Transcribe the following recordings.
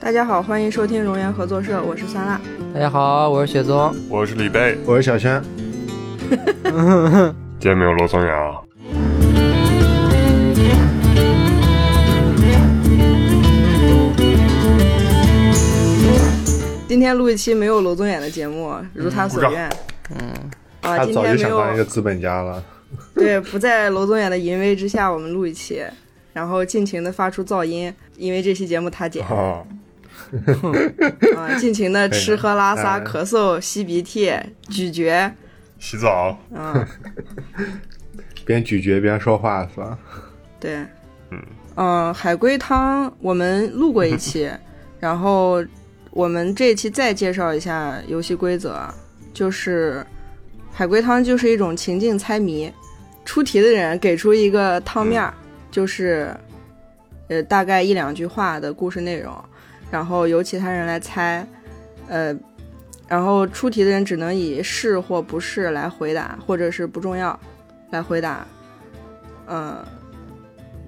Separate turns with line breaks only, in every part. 大家好，欢迎收听熔岩合作社，我是酸辣。
大家好，我是雪 宗。
我是李贝，
我是小
啊
轩，
今天没有罗松阳，
今天录一期没有娄宗远的节目，如他所愿。嗯，啊，
他
今
早
天
就
没
想当一
有
个资本家了。
对不在娄宗远的淫威之下，我们录一期，然后尽情的发出噪音，因为这期节目他剪
哦，
啊，尽情的吃喝拉撒、
嗯
咳嗽、吸鼻涕、咀嚼，
洗澡，
嗯，
边咀嚼边说话是吧？
对，
嗯，
呃，海龟汤我们录过一期，然后我们这一期再介绍一下游戏规则，啊就是海龟汤就是一种情境猜谜，出题的人给出一个汤面儿，就是呃大概一两句话的故事内容，然后由其他人来猜，呃。然后出题的人只能以是或不是来回答，或者是不重要来回答。嗯，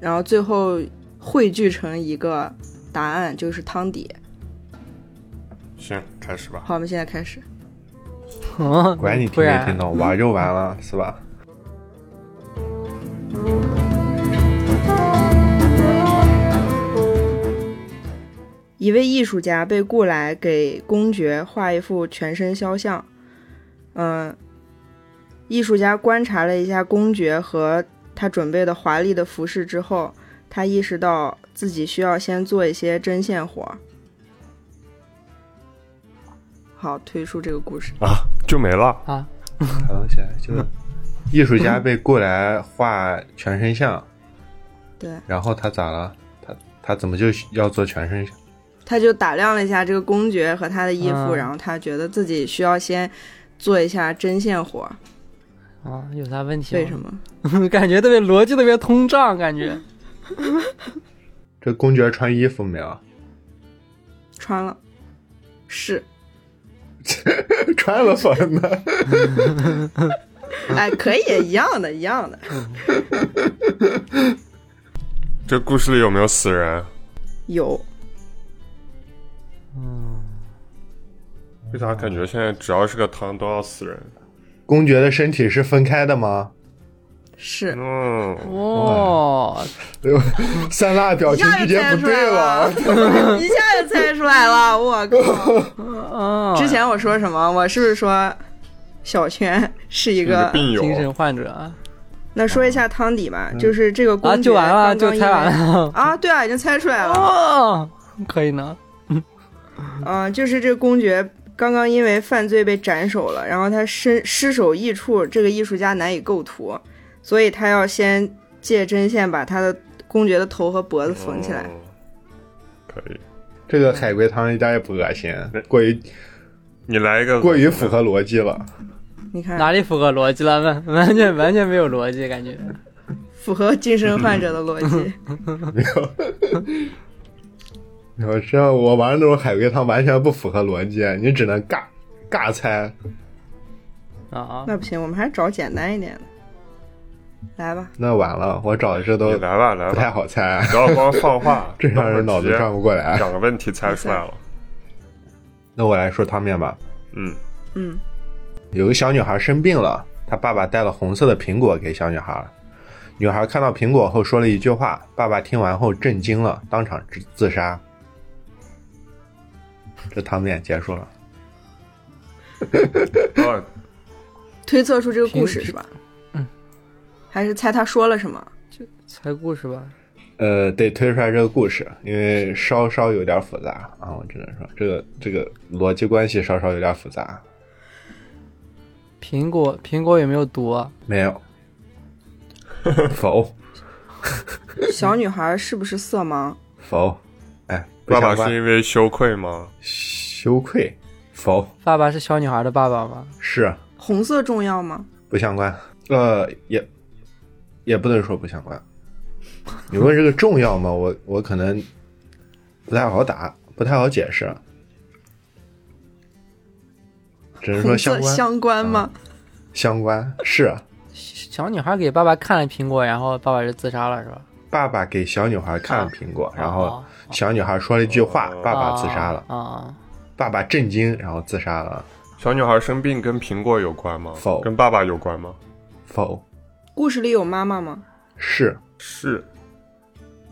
然后最后汇聚成一个答案，就是汤底。
行，开始吧。
好，我们现在开始。
管你
不
听没
然
听懂，玩就完了 是吧？
一位艺术家被雇来给公爵画一幅全身肖像。嗯、艺术家观察了一下公爵和他准备的华丽的服饰之后，他意识到自己需要先做一些针线活儿。好，退出这个故事。
啊，就没了。
啊，
还能写就是 艺术家被雇来画全身像，
对，
然后他咋了？他他怎么就要做全身像？
他就打量了一下这个公爵和他的衣服，
嗯
然后他觉得自己需要先做一下针线活儿。
啊，有啥问题吗？
为什么？
么？ 感觉特别逻辑特别通畅，感觉。
这公爵穿衣服没有？
穿了，是，
穿了算的。
嗯
哎，可以，一样的，一 样的，
这故事里有没有死人？
有，
为啥感觉现在只要是个汤都要死人？
公爵的身体是分开的吗？
是，
嗯，
哦，
哎呦，三辣表
一
情
下
直
就
接
猜
不
出来
对
了
了。，
一下就猜出来了，我 靠！
哦，
之前我说什么？我是不是说小轩是一
一个
个？
病
精
友
神患者啊，
那说一下汤底吧，就是这个公
啊
爵
就完了，
刚刚
就猜完
因为
了。
啊，对啊，已经猜出来了。
哦，可以呢。
嗯、就是这个公爵刚刚因为犯罪被斩首了，然后他身尸首异处，这个艺术家难以构图，所以他要先借针线把他的公爵的头和脖子缝起
哦
来。
嗯可以，
这个海龟汤一点也不恶心，过于
你来一个
过于符合逻辑了。
你看，
哪里符合逻辑了？ 完完全完全没有逻辑，感觉。
符合精神患者的逻辑。
我知道我玩那种海龟汤完全不符合逻辑，你只能尬尬猜。
啊，
那不行，我们还是找简单一点的。来吧，
那完了，我找的这
你
都
来吧，来
不太
吧，
好猜，
不要光放话
，这让人脑子转不过来。
找个问题猜出来了。
那我来说汤面吧。
嗯，
嗯，
有个小女孩生病了，她爸爸带了红色的苹果给小女孩。女孩看到苹果后说了一句话，爸爸听完后震惊了，当场自自杀。这汤面结束了，
哦，
推测出这个故事
平
是吧？嗯，还是猜他说了什么？
猜故事吧。
呃，得推出来这个故事，因为稍稍有点复杂啊，我只能说这个这个逻辑关系稍稍有点复杂。
苹果，苹果有没有毒啊？
没有，否
小女孩是不是色盲？
否，哎，不
爸
相
爸
关
是因为羞愧吗？
羞愧，否
爸爸是小女孩的爸爸吗？
是
红色重要吗？
不相关，呃，也也不能说不相关。你问这个重要吗？我我可能不太好打，不太好解释，只能说
红
相
色
关啊
相关吗？
相关是
小女孩给爸爸看了苹果，然后爸爸就自杀了，是吧？
爸爸给小女孩看
啊
苹果，
啊
然后
啊
小女孩说了一句话，
哦
爸爸自杀了，
啊啊，
爸爸震惊，然后自杀了。
小女孩生病跟苹果有关吗？
否
跟爸爸有关吗？
否
故事里有妈妈吗？
是
是。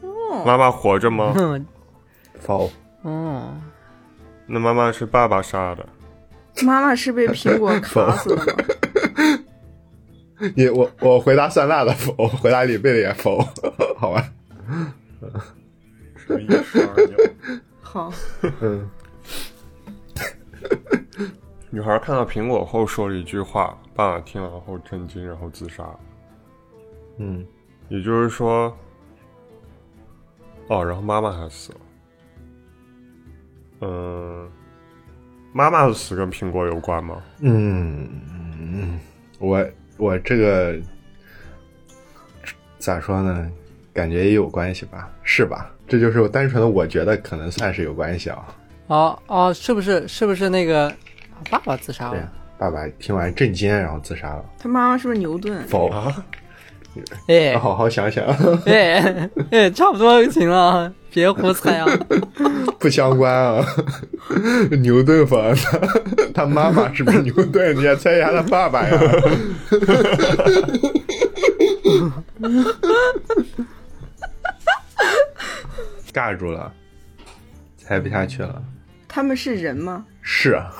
哦，
妈妈活着吗？
嗯
否
嗯，
那妈妈是爸爸杀的。
妈妈是被苹果卡死的吗？
你我我回答酸辣的否，回答李贝的也否， 好吧？
什么一石二鸟？
好，
嗯，
女孩看到苹果后说了一句话，爸爸听完后震惊，然后自杀。
嗯，
也就是说，哦，然后妈妈还死了。嗯，妈妈的死跟苹果有关吗？
嗯，我我这个咋说呢？感觉也有关系吧，是吧？这就是我单纯的，我觉得可能算是有关系啊。
哦哦，是不是是不是那个啊爸爸自杀
对呀
了？，
爸爸听完震惊，然后自杀了。
他妈妈是不是牛顿？
否，
哎
好好想想，
哎哎，差不多就行了，别胡猜啊！
不相关啊。 牛顿吧，他 他妈妈是不是牛顿？你也猜一下他爸爸呀？ 尬住了，猜不下去了。
他们是人吗？
是啊，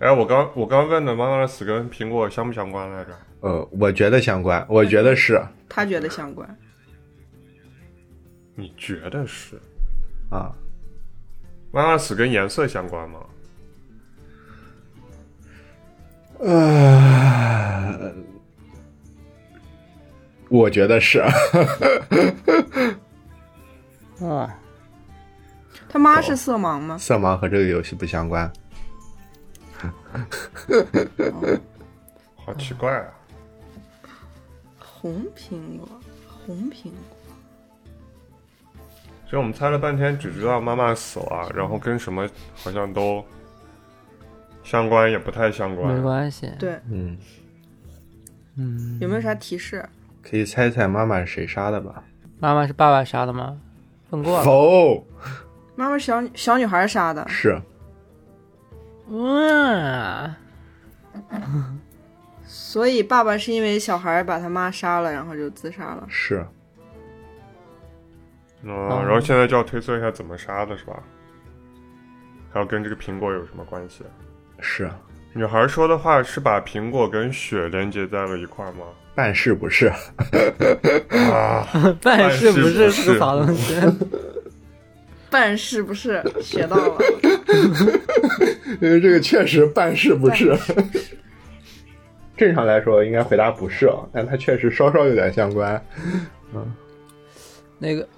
哎，我刚我刚问的妈妈的死跟苹果相不相关来着？
呃，我觉得相关，我觉得是啊
他觉得相关。
你觉得是？
啊，
妈妈死跟颜色相关吗？
呃，我觉得是。啊
哦，
他妈是色盲吗？
色盲和这个游戏不相关。
好奇怪啊！
红苹果，红苹果。
所以我们猜了半天，只知道妈妈死了，然后跟什么好像都相关，也不太相
没
关。
关系，
对，
嗯，
嗯，
有没有啥提示？
可以猜猜妈妈是谁杀的吧？
妈妈是爸爸杀的吗？问过了，
否，
妈妈是小女小女孩杀的，
是
哇，
所以爸爸是因为小孩把他妈杀了，然后就自杀了。
是，
嗯，然后现在就要推测一下怎么杀的，是吧？还有跟这个苹果有什么关系？
是，
女孩说的话是把苹果跟雪连接在了一块儿吗？
但是不是？
啊，
但是不
但是不
是
是
是个啥东西？
办是不是学到了？
因为这个确实但是不是。 正常来说应该回答不是啊，但它确实稍稍有点相关。
那个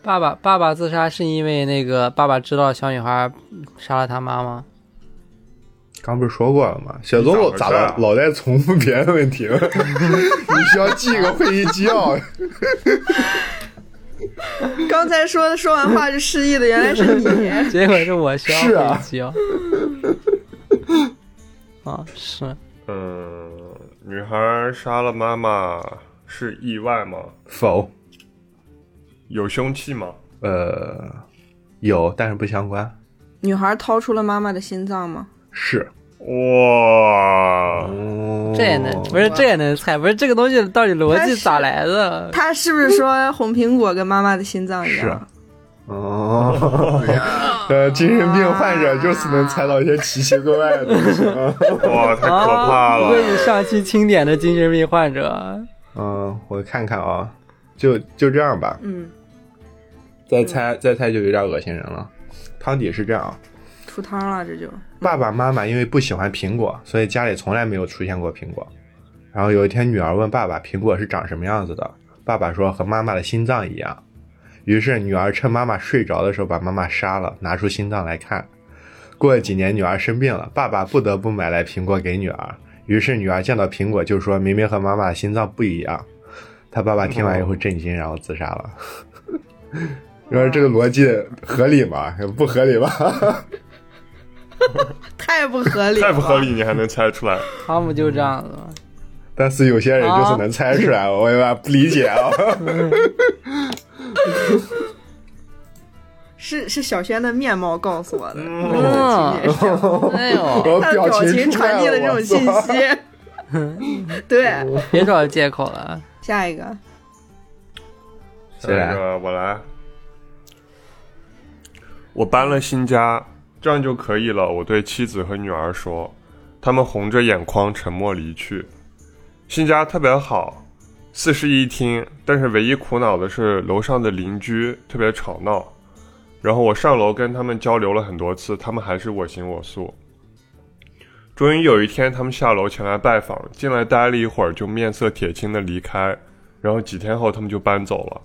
爸爸爸爸自杀是因为那个爸爸知道小女孩杀了他妈吗？
刚不是说过了吗？小宗老
你
咋
咋回事啊
老老在重复别人的问题呢？ 你需要记一个会议纪要。
刚才说的说完话就失忆的，原来是你。
结果是我需要
是啊
回击哦。啊，是
嗯，女孩杀了妈妈是意外吗？
否，
有凶器吗？
呃，有，但是不相关。
女孩掏出了妈妈的心脏吗？
是，
哇，
哦
这也能不是这也能猜？不是这个东西到底逻辑咋来的？
她是不是说红苹果跟妈妈的心脏一
啊
样？
啊 哦，呃，精神病患者就是能猜到一些奇奇怪怪的东西。啊
哇，太可怕
啊，不
了！
愧是上期清点的精神病患者。
嗯，我看看啊，就就这样吧，
嗯，
再猜再猜就有点恶心人了。汤底是这样啊，
出汤了，这就
爸爸妈妈因为不喜欢苹果，所以家里从来没有出现过苹果。然后有一天，女儿问爸爸苹果是长什么样子的，爸爸说和妈妈的心脏一样。于是女儿趁妈妈睡着的时候把妈妈杀了，拿出心脏来看。过了几年，女儿生病了，爸爸不得不买来苹果给女儿。于是女儿见到苹果就说：“明明和妈妈的心脏不一样。”他爸爸听完以后震惊，然后自杀了。 你说这个逻辑合理吗？ 不合理吧？
太不合理，
太不合。理，你还能猜出来？
他们就这样子吗？
但是有些人就是
哦
能猜 出来，我也不理解啊。
是是小轩的面貌告诉我的，
嗯
不是我的情 绪
哎呦，
我
他的表
情
情
出来
传
了
递了这种信。
我操
息。 对，
别找借口了。
下一个，
谁来
那个我来。我搬了新家，这样就可以了。我对妻子和女儿说，他们红着眼眶沉默离去。新家特别好，四室一厅，但是唯一苦恼的是楼上的邻居特别吵闹。然后我上楼跟他们交流了很多次，他们还是我行我素。终于有一天，他们下楼前来拜访，进来待了一会儿，就面色铁青的离开。然后几天后，他们就搬走了。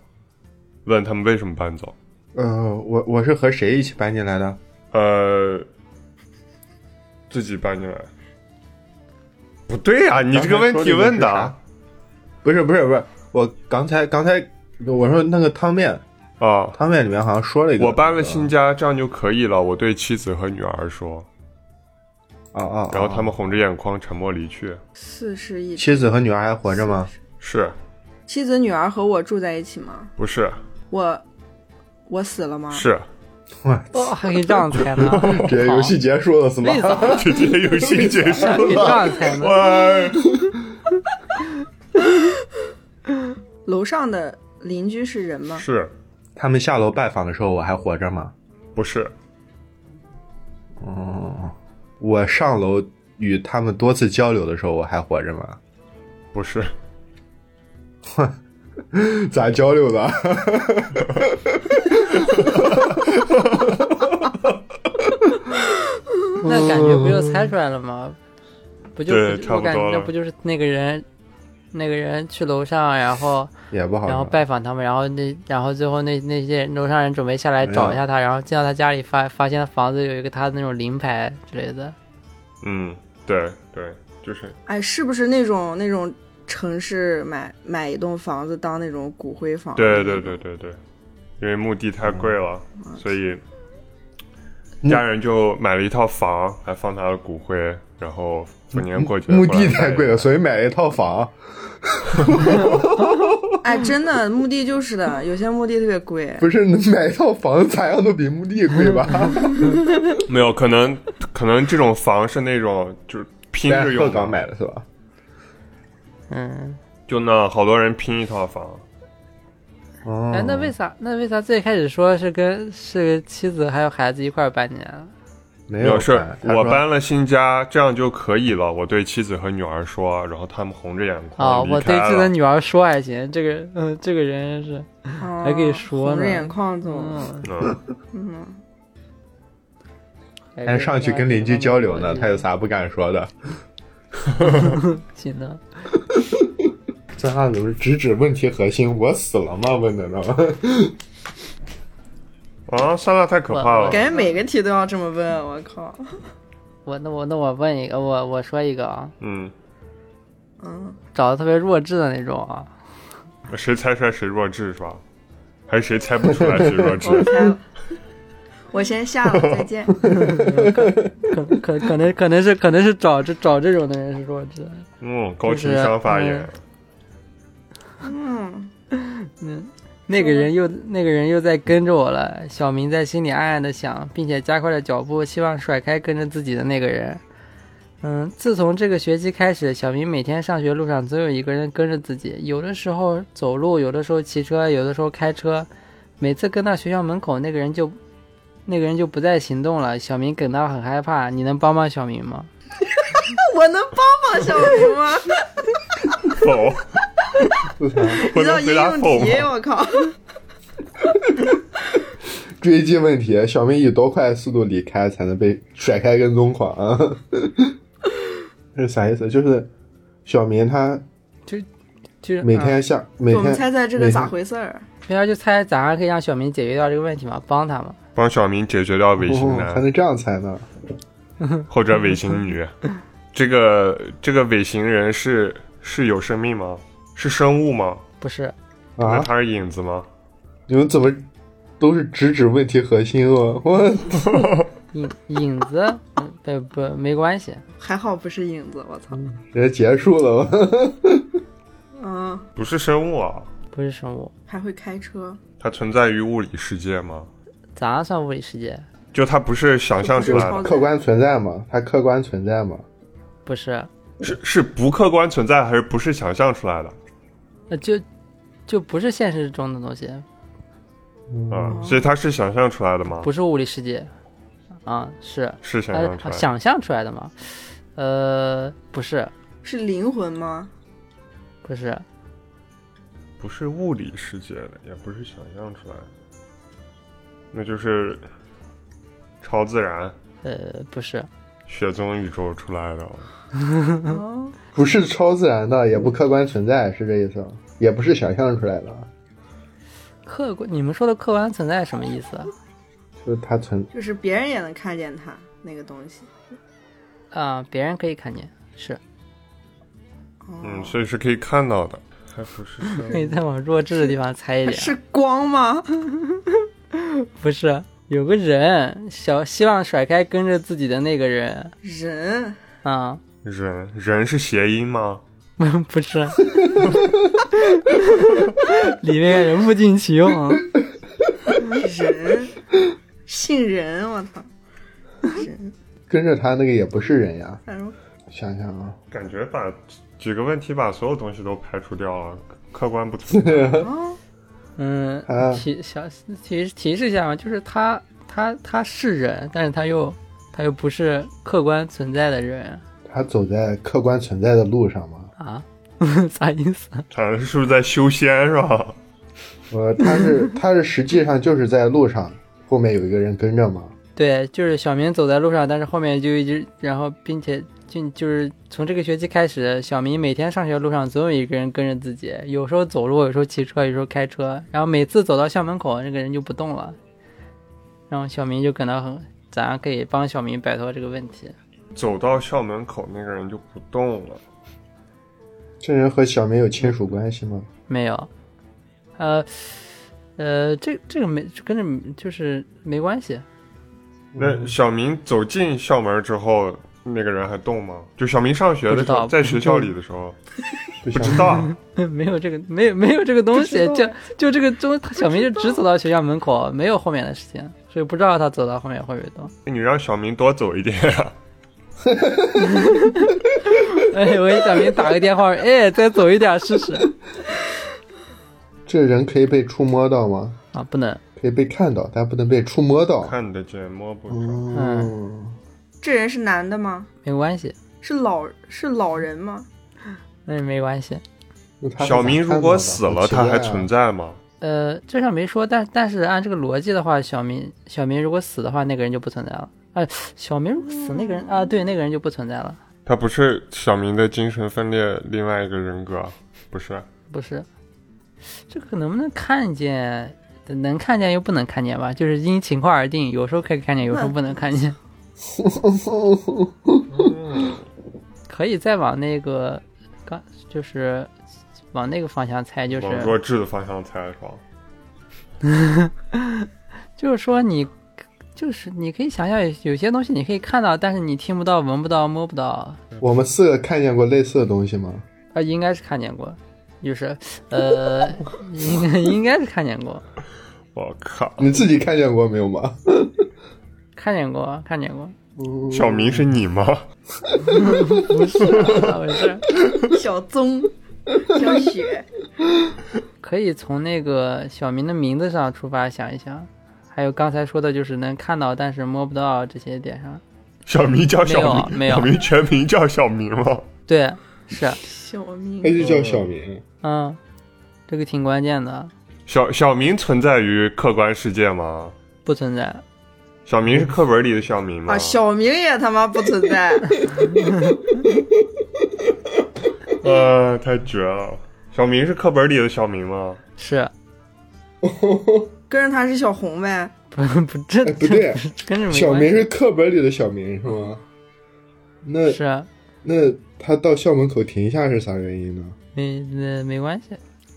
问他们为什么搬走？
呃，我我是和谁一起搬进来的？
呃，自己搬进来。不对呀、啊你这个问题问
刚才说
的啊
不是不是不是，我刚才刚才我说那个汤面，
啊，
汤面里面好像说了一个，
我搬了新家，这样就可以了。我对妻子和女儿说，
啊啊，啊
然后他们红着眼眶，沉默离去。
四十一，
妻子和女儿还活 着吗？
是
妻子女儿和我住在一起吗？
不是？
我我死了吗？
是
哇，
哇，哦还可以这样猜呢？
这些游戏结束了是 吗
累？死了，
直接游戏结束
还哦可以这
了。
样猜呢？
哇，
楼上的邻居是人吗？
是
他们下楼拜访的时候我还活着吗？
不是？
哦，我上楼与他们多次交流的时候我还活着吗？
不是？
咋交流的？
那感觉不就猜出来了吗？不就
对
不就
差不
我感
多
觉
了
那不就是那个人，那个人去楼上，然后
也不好
然后
说。
拜访他们，然后那然后最后那那些楼上人准备下来找一下他，然后进到他家里发发现他房子有一个他的那种临牌之类的，
嗯，对对，就是
哎，是不是那种那种城市买买一栋房子当那种骨灰房？
对对对对对，因为墓地太贵了，
嗯
所以
墓
家人就买了一套房来放他的骨灰，然后逢年过节
墓
过来
地太贵
拜
了，
一拜
所以买了一套房。
哎，真的墓地就是的，有些墓地特别贵。
不是买一套房子咋样都比墓地贵吧？
没有可能，可能这种房是那种就是拼着
在鹤
用
岗买
的，
的是吧？
嗯，
就那好多人拼一套房，
哦
哎，那为啥那为啥最开始说是跟是妻子还有孩子一块儿啊搬进来了？
没
没有事
搬，他
我
说
搬了新家，这样就可以了。我对妻子和女儿说，然后他们红着眼
啊、
哦
眶离
我对
开
自己的
了。
女儿说还行，这个嗯、这个人是
还
还可以说呢
红着眼眶走。
哦
嗯，
嗯，
嗯，
哎
还上去跟邻居交流呢，他有啥不敢说的？
行呢？
这样子直指问题核心，我死了吗？问的呢？
啊，酸辣太可怕
我
了。
感觉每个题都要这么问，啊我靠。
我那我那我问一个，我我说一个啊，
嗯，
嗯，
找的特别弱智的那种啊，
谁猜出来谁弱智是吧？还是谁猜不出来谁弱智？
我猜了，我先下了，再见。
可可可能可能是可能是找这找这种的人是弱智，
嗯，高情商发言。
嗯，
嗯。那个人又那个人又在跟着我了，小明在心里暗暗的想，并且加快了脚步，希望甩开跟着自己的那个人。嗯，自从这个学期开始，小明每天上学路上总有一个人跟着自己，有的时候走路，有的时候骑车，有的时候开车。每次跟到学校门口，那个人就那个人就不再行动了，小明感到很害怕。你能帮帮小明吗？
我能帮帮小明吗？
否，
你
我
道
能
应
回答
用
否
题，
吗？
我靠。
追击问题，小明以多快的速度离开才能被甩开跟踪狂 啊？这是啥意思？就是小明他
就是
每
嗯
天下、每
我们
天
猜猜这个咋回事儿？
没有，就猜咋样可以让小明解决掉这个问题嘛？帮他嘛？
帮小明解决掉伪型
哦还
男
能这样猜呢？
或者伪型女。这个这个伪型人是是有生命吗？是生物吗？
不是，
那
啊，
他是影子吗？
你们怎么都是直指问题核心哦？我
影影子，嗯对不没关系，
还好不是影子，我操，
这结束了吗？
嗯，
不是生物啊，
不是生物，
还会开车，
它存在于物理世界吗？
咋算物理世界？
就它不是想象出
就
来
是
的，
客观存在吗？它客观存在吗？
不是，
是是不客观存在还是不是想象出来的？
呃就就不是现实中的东西，
哦
嗯
啊、所以它是想象出来的吗？
不是物理世界，啊，是
是想象出
呃
来的。
想象出来的吗？呃，不是，
是灵魂吗？
不是，
不是物理世界的，也不是想象出来的，那就是超自然、
呃，不是，
雪中宇宙出来的。
哦，
不是超自然的，也不客观存在，是这意思吗？也不是想象出来的，
客观，你们说的客观存在什么意思？
就是它存
就是别人也能看见它那个东西。
啊、别人可以看见，是
哦、
嗯，所以是可以看到的，还不是生
可以
物。
再往弱智的地方猜一点，
是光吗？
不是？有个人小希望甩开跟着自己的那个人
人
啊、
人人是谐音吗？
不是， 里面人不尽其用啊，
人姓人，我操！
跟着它那个也不是人呀。
反正
想想啊，
感觉把几个问题把所有东西都排除掉了，客观不 存在。
哦，
嗯
啊，
提小提提示一下嘛，就是他他他是人，但是他又他又不是客观存在的人
它走在客观存在的路上吗？
啊， 啥意思？
他是不是在修仙是吧？
呃，它 是它是实际上就是在路上，后面有一个人跟着吗？
对，就是小明走在路上，但是后面就一直，然后并且就就是从这个学期开始，小明每天上学路上总有一个人跟着自己，有时候走路，有时候骑车，有时候开车，然后每次走到校门口，那个人就不动了，然后小明就感到很，咱可以帮小明摆脱这个问题。
走到校门口，那个人就不动了。
这人和小明有亲属关系吗？
没有，呃，呃，这这个没跟着就是没关系，
那小明走进校门之后，那个人还动吗？就小明上学的时
不知
候，
道
在学校里的时候，
不
不知道。
没有这个没有没有这个东西，就就这个中小明就只走到学校门口，没有后面的事情，所以不知道他走到后面会不会动。
你让小明多走一点啊。
哎，我给小明打个电话，哎，再走一点试试
这人可以被触摸到吗？
啊，不能，
可以被看到，但不能被触摸到。
看得见摸不着，
哦嗯，
这人是男的吗？
没关系，
是老是老人吗？
那也没关系。
那他是
小明如果死了，
咋看到
他
的
还存。在吗？
呃，这上没说，但但是按这个逻辑的话，小明小明如果死的话，那个人就不存在了。啊，小明如果死，那个人啊，对，那个人就不存在了，
他不是小明的精神分裂另外一个人格，不是？
不是？这个能不能看见？能看见又不能看见吧，就是因情况而定，有时候可以看见，有时候不能看见。可以再往那个刚就是往那个方向猜，就是
往弱智的方向猜是吧？
就是说你，就是你可以想象有有些东西你可以看到，但是你听不到、闻不到、摸不到，
我们四个看见过类似的东西吗？
啊，应该是看见过，就是呃， 应该应该是看见过，
我靠，
你自己看见过没有吗？
看见过，看见过，
小明是你吗？
不是咋回事？
小宗，小雪，
可以从那个小明的名字上出发想一想，还有刚才说的就是能看到但是摸不到这些点上，
小明叫小明，
没有没有
小明全名叫小明吗？
对，是，
小明
哎
他，就叫小明，
嗯，这个挺关键的，
小小明存在于客观世界吗？
不存在，
小明是课本里的小明吗？
啊，小明也他妈不存在，
呃，太绝了！小明是课本里的小明吗？
是。
跟着他是小红呗。
不 不，这
哎不对
这跟这没
小
关系
明是课本里的小明是吗？那
是啊，
那他到校门口停一下是啥原因呢？
没那没关系，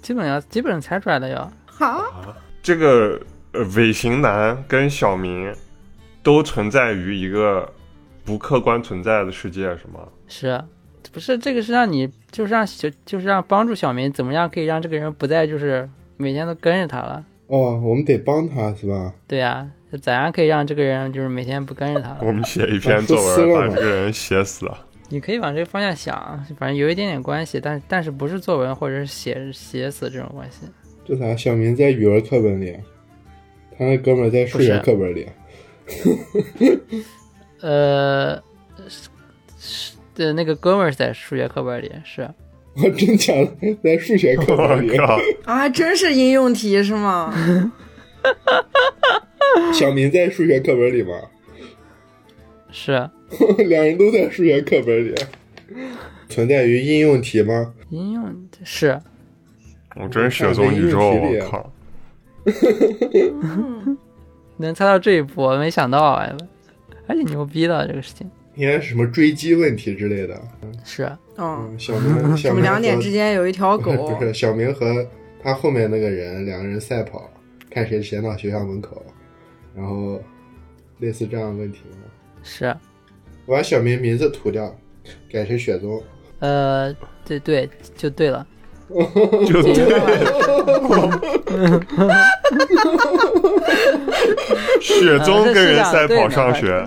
基本要基本上猜出来的要。
哈，
这个呃，尾行男跟小明都存在于一个不客观存在的世界，是吗？
是，不是这个是让你就是让小就是让帮助小明怎么样可以让这个人不再就是每天都跟着他了？
哦，我们得帮他是吧？
对啊，就怎样可以让这个人就是每天不跟着他
啊
了？
我们写一篇作
啊说
文，
撕了
把
吧
这个人写死。
你可以往这个方向想，反正有一点点关系，但但是不是作文或者是写写死这种关系。
这啥？小明在语文课本
啊
里，他那哥们儿在数学
不
课本里。
呃，是是，那个哥们儿在数学课本里是，
我真假的，在数学课
我
本里，
靠！
啊，还真是应用题是吗？嗯
小明在数学课本里吗？
是
两人都在数学课本里，存在于应用题吗？
应用是
我真雪中宇宙，
我看没运
我
气力
靠！
能猜到这一步，我没想到哎，还挺牛逼的这个事情。
应该是什么追击问题之类的。
是
嗯，
嗯，小 明，
我
小
们
明
两点之
和
间有一条 狗
不，是小明和他后面那个人，两个人赛跑，看谁先到学校门口，然后类似这样的问题吗？
是，
我把小明名字涂掉，改成雪宗。
呃，对对，就对了。
就雪中跟人赛跑上学，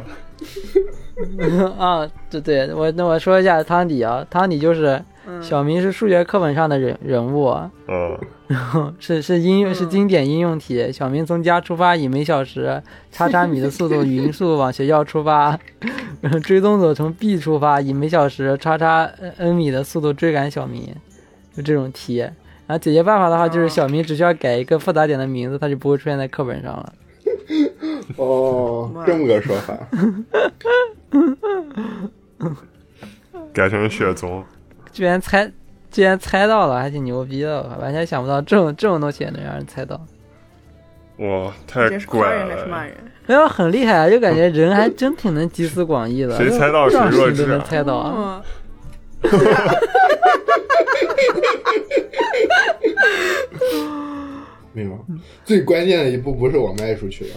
啊，对对，我那我说一下汤底啊，汤底就是小明是数学课本上的人人物啊，
嗯，
是是应用是经典应用题。小明从家出发以每小时叉叉米的速度匀速往学校出发，追踪者从 B 出发以每小时叉叉 n n 米的速度追赶小明，就这种题。然后解决办法的话，就是小明只需要改一个复杂点的名字，他就不会出现在课本上了。
哦
哇，
这么个说 法。
改成雪中，
居然猜，居然猜到了，还挺牛逼的，我完全想不到这种这种东西也能让人猜到。
哇，太
这是夸
怪
人还是骂
了！
人？
没有很厉害啊，就感觉人还真挺能集思广益的，
谁猜到谁
让
弱
谁
智
都
啊
能猜到啊。
嗯，
没有，最关键的一步不是我卖出去的，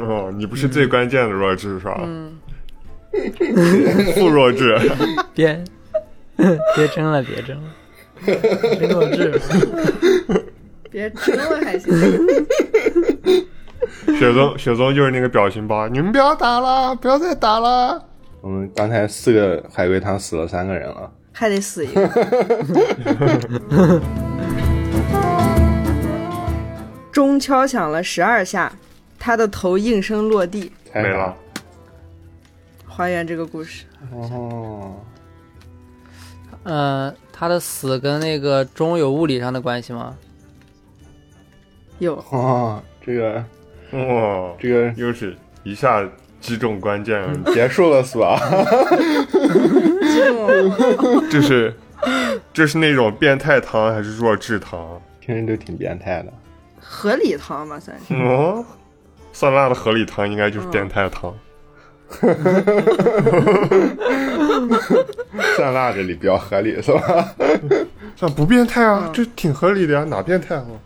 哦，你不是最关键的弱智是吧？
嗯
副弱智，
别 别争了，别争了，真弱智。
别争了还行。
雪中雪中就是那个表情包，你们不要打啦，不要再打啦！
我们刚才四个海龟汤死了三个人了。
还得死一个。钟敲响了十二下，他的头应声落地。
猜
哎
没
啥
了。，
还原这个故事，
哦，
呃，他的死跟那个钟有物理上的关系吗？
有
哦，这个
哇，
这 个
又是一下击中关键 了，
结束了是吧？
这是这是那种变态糖还是弱智糖？
听着就挺变态的。
合理汤吧，算是。
哦，酸辣的合理糖应该就是变态糖。
蒜辣这里比较合理是吧？
算不变态啊，这挺合理的呀，哪变态啊了？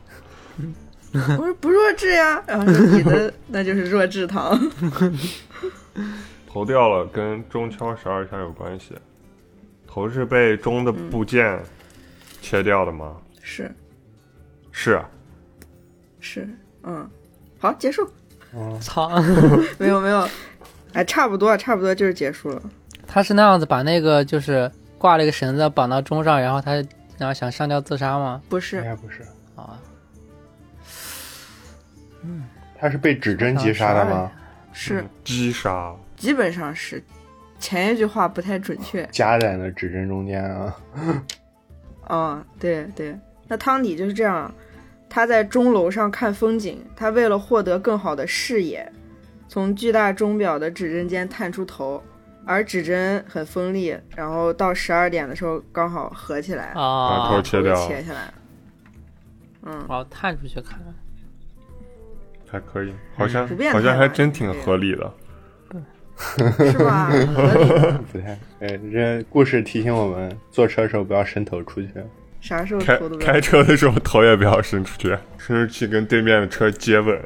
我说不弱智呀，然后说你的那就是弱智汤。
头掉了跟中敲十二下有关系，头是被钟的部件切掉的吗？
是
是啊，
是，嗯，好，结束。嗯
操，
没有没有，哎，差不多差不多就是结束了。
他是那样子把那个就是挂了一个绳子绑到钟上，然后他然后想上吊自杀吗？
不
应
是，
该不是，
啊，
他是被指针击杀的吗？
嗯
哎
是哎
击杀。
基本上是，前一句话不太准确。
夹在那指针中间啊。
啊，对对，那汤底就是这样。他在钟楼上看风景，他为了获得更好的视野，从巨大钟表的指针间探出头，而指针很锋利，然后到十二点的时候刚好合起来，
把头
啊，
切掉
头切下来。 嗯，
我探出去看。
还可以，好像
不变态
好
吧
像还真挺合理的。
是吧？合理
不太，哎，这故事提醒我们坐车的时候不要伸头出去。
啥时候
开
头都不要
开车的时候头也不要伸出去，伸出去跟对面的车接吻。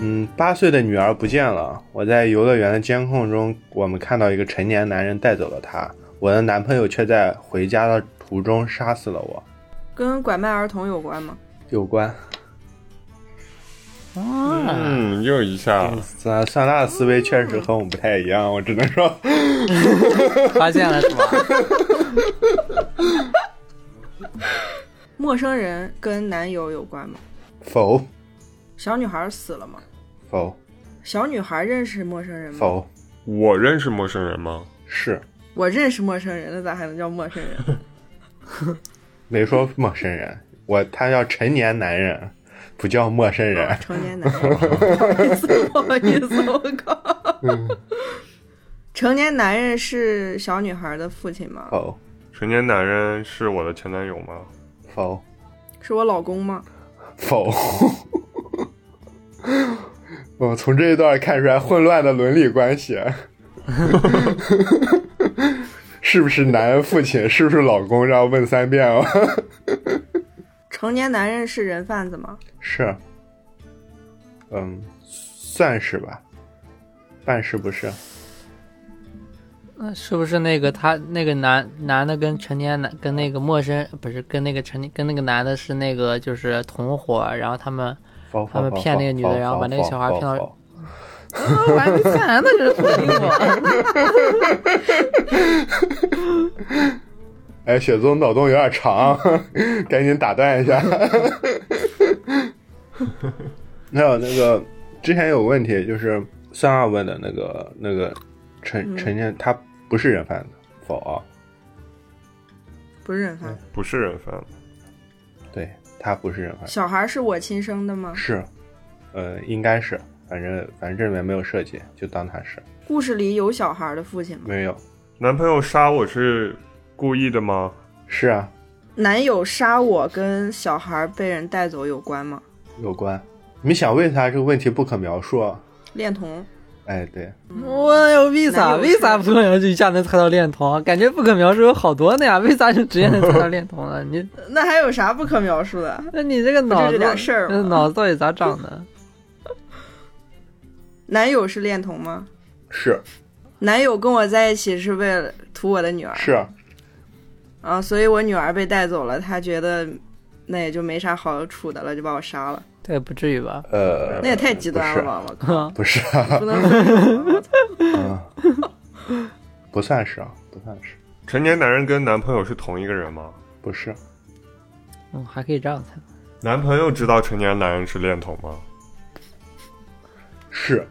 嗯八岁的女儿不见了。我在游乐园的监控中，我们看到一个成年男人带走了她。我的男朋友却在回家的途中杀死了我。
跟拐卖儿童有关吗？
有关，
啊，
嗯，又一下，
算算大的思维确实和我们不太一样，我只能说，
发现了是吧？
陌生人跟男友有关吗？
否
小女孩死了吗？
否
小女孩认识陌生人吗？
哦
否
我认识陌生人吗？
是
我认识陌生人，那咋还能叫陌生人？
没说陌生人，我他叫成年男人，不叫陌生人。
成年男人，不好意思，不好意思，我靠！成年男人是小女孩的父亲吗？
否
成年男人是我的前男友吗？
否
是我老公吗？
否， 我从这一段看出来混乱的伦理关系，啊 是不是男人父亲，是不是老公，要问三遍哦。
成年男人是人贩子吗？
是，嗯，算是吧，半是不是？
那是不是那个他那个男男的跟成年男跟那个陌生不是跟那个成年跟那个男的是那个就是同伙，然后他们
否
他们骗那个女的然后把那个小孩骗到。
否
哦我还没看完呢，这是
哎，雪宗脑洞有点长，赶紧打断一下。 还有那个之前有问题，就是三二问的那个那个陈陈年，他不是人贩子，否啊？
不是人贩子，
不是人贩子，
对他不是人贩子，
小孩是我亲生的吗？
是，呃，应该是，反正反正这里面没有涉及，就当他是
故事里有小孩的父亲吗？
没有。
男朋友杀我是故意的吗？
是啊，
男友杀我跟小孩被人带走有关吗？
有关。你想为啥这个问题不可描述啊？恋
童。
哎，对，
我有为啥？为啥不可描述一下能猜到恋童？感觉不可描述有好多呢 呀，为啥就直接能猜到恋童了？ 你
那还有啥不可描述的？
那你这个
不就
脑
这
子
点事儿
这
吗？
脑子到底咋长 的？
男友是恋童吗？
是
男友跟我在一起是为了图我的女儿，
是啊
啊，所以我女儿被带走了，他觉得那也就没啥好处的了，就把我杀了，
对，不至于吧？
呃
那，也太极端了吧！我靠，
不是啊，
不能我操
不算是啊，不算是，
成年男人跟男朋友是同一个人吗？
不是
嗯，还可以这样猜。
男朋友知道成年男人是恋童吗？
是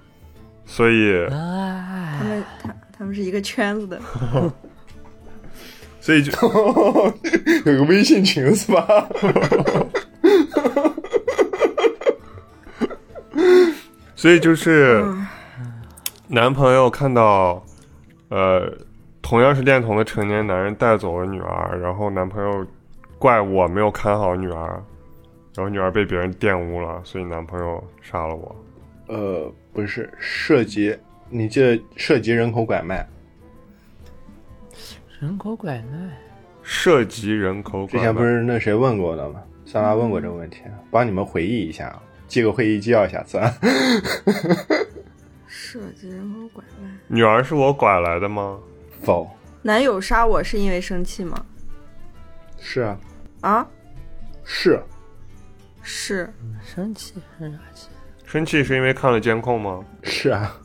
所以，
他
哎，
们他他们是一个圈子的，
所以就
有个微信群是吧？
所以就是，男朋友看到，呃，同样是恋童的成年男人带走了女儿，然后男朋友怪我没有看好女儿，然后女儿被别人玷污了，所以男朋友杀了我。
呃，不是涉及，你这涉及人口拐卖，
人口拐卖，
涉及人口
之
拐卖，
前不是那谁问过我的吗？三娃问过这个问题，帮你们回忆一下啊，记个会议纪要，下次啊。
涉及人口拐卖。
女儿是我拐来的吗？
否
男友杀我是因为生气吗？
是啊，
啊，
是
是
生气生啥气？
生气是因为看了监控吗？
是啊，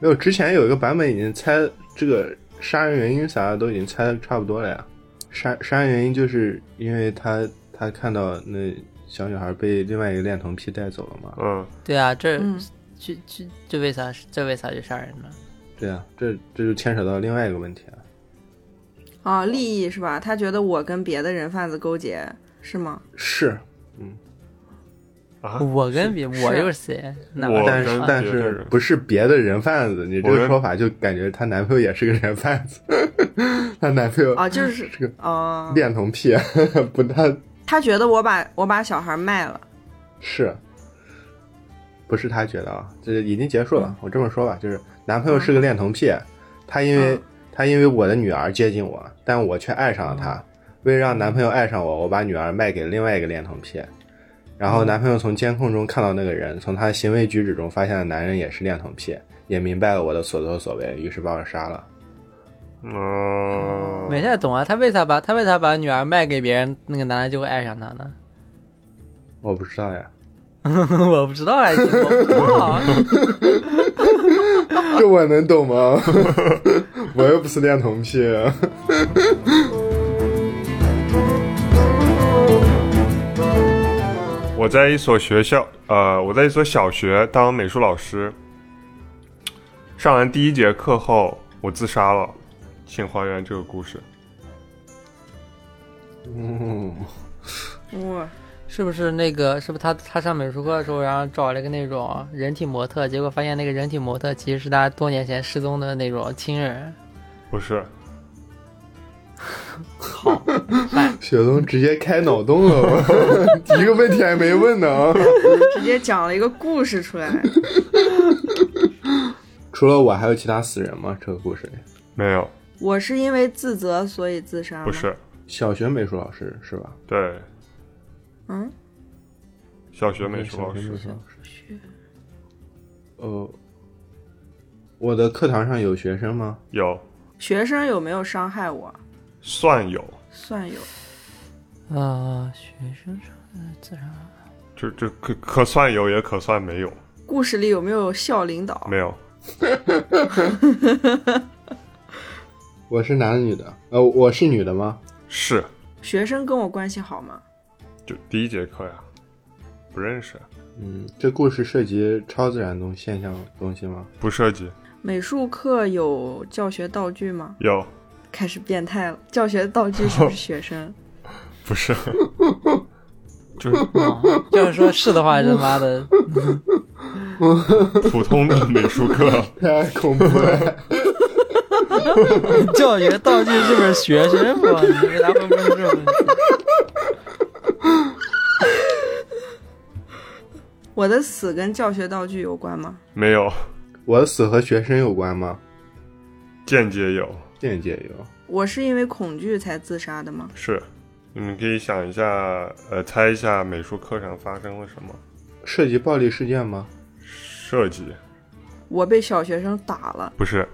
没有之前有一个版本已经猜这个杀人原因啥的都已经猜的差不多了呀。杀杀人原因就是因为他他看到那小女孩被另外一个恋童癖带走了嘛。
嗯，
对啊，这
嗯
这这这为啥这为啥就杀人呢？
对啊，这这就牵扯到另外一个问题了。
啊，利益是吧？他觉得我跟别的人贩子勾结是吗？
是，
啊，
我跟别我又是谁？哪
我
但
跟
是但
别的
是
人
不是别的人贩子？你这
我
个
跟
说法就感觉她男朋友也是个人贩子， 她男朋友
啊，就是
这个
啊，
恋童癖， 不太
他觉得我把我把小孩卖了，
是，不是他觉得啊？这已经结束了。我这么说吧，就是男朋友是个恋童癖，他因为、
嗯
他因为我的女儿接近我，但我却爱上了他。为了让男朋友爱上我，我把女儿卖给另外一个恋童癖。然后男朋友从监控中看到那个人，从他的行为举止中发现了男人也是恋童癖，也明白了我的所作所为，于是把我杀了。
嗯，
没太懂啊，他为啥把他为啥把女儿卖给别人，那个男的就会爱上她呢？
我不知道呀，
我不知道啊，我不知道啊，
这我能懂吗？ 我又不是恋童癖。
我在一所学校，呃，我在一所小学当美术老师。上完第一节课后，我自杀了，请还原这个故事。
嗯，
哇，
是不是那个？是不是他他上美术课的时候，然后找了个那种人体模特，结果发现那个人体模特其实是他多年前失踪的那种亲人。
不是，
靠，
雪松直接开脑洞了， 我一个问题还没问呢啊！
直接讲了一个故事出来，
除了我还有其他死人吗？这个故事里，
没有，
我是因为自责所以自
啊
杀吗？
不，是，
小学美术老师是吧？
对，
嗯，
小学美术老师
小学美。术老师。呃，我的课堂上有学生吗？
有，
学生有没有伤害我？
算有，
算有，
啊，学生上自杀，
这这可可算有，也可算没有，
故事里有没有校领导？
没有。
我是男的女的？呃，我是女的吗？
是，
学生跟我关系好吗？
就第一节课呀，不认识，
嗯，这故事涉及超自然东现象东 西吗？
不涉及。
美术课有教学道具吗？
有，
开始变态了，教学道具是不是学生？
不 是，就是
啊要是说是的话，这妈的，
普通的美术课。
太恐怖了！
教学道具是不是学生？我你为啥会问这种 问题？
我的死跟教学道具有关吗？
没有，
我的死和学生有关吗？
间接有，
间接有。
我是因为恐惧才自杀的吗？
是。你们可以想一下，呃，猜一下美术课上发生了什么？
涉及暴力事件吗？
设计
我被小学生打了，
不是，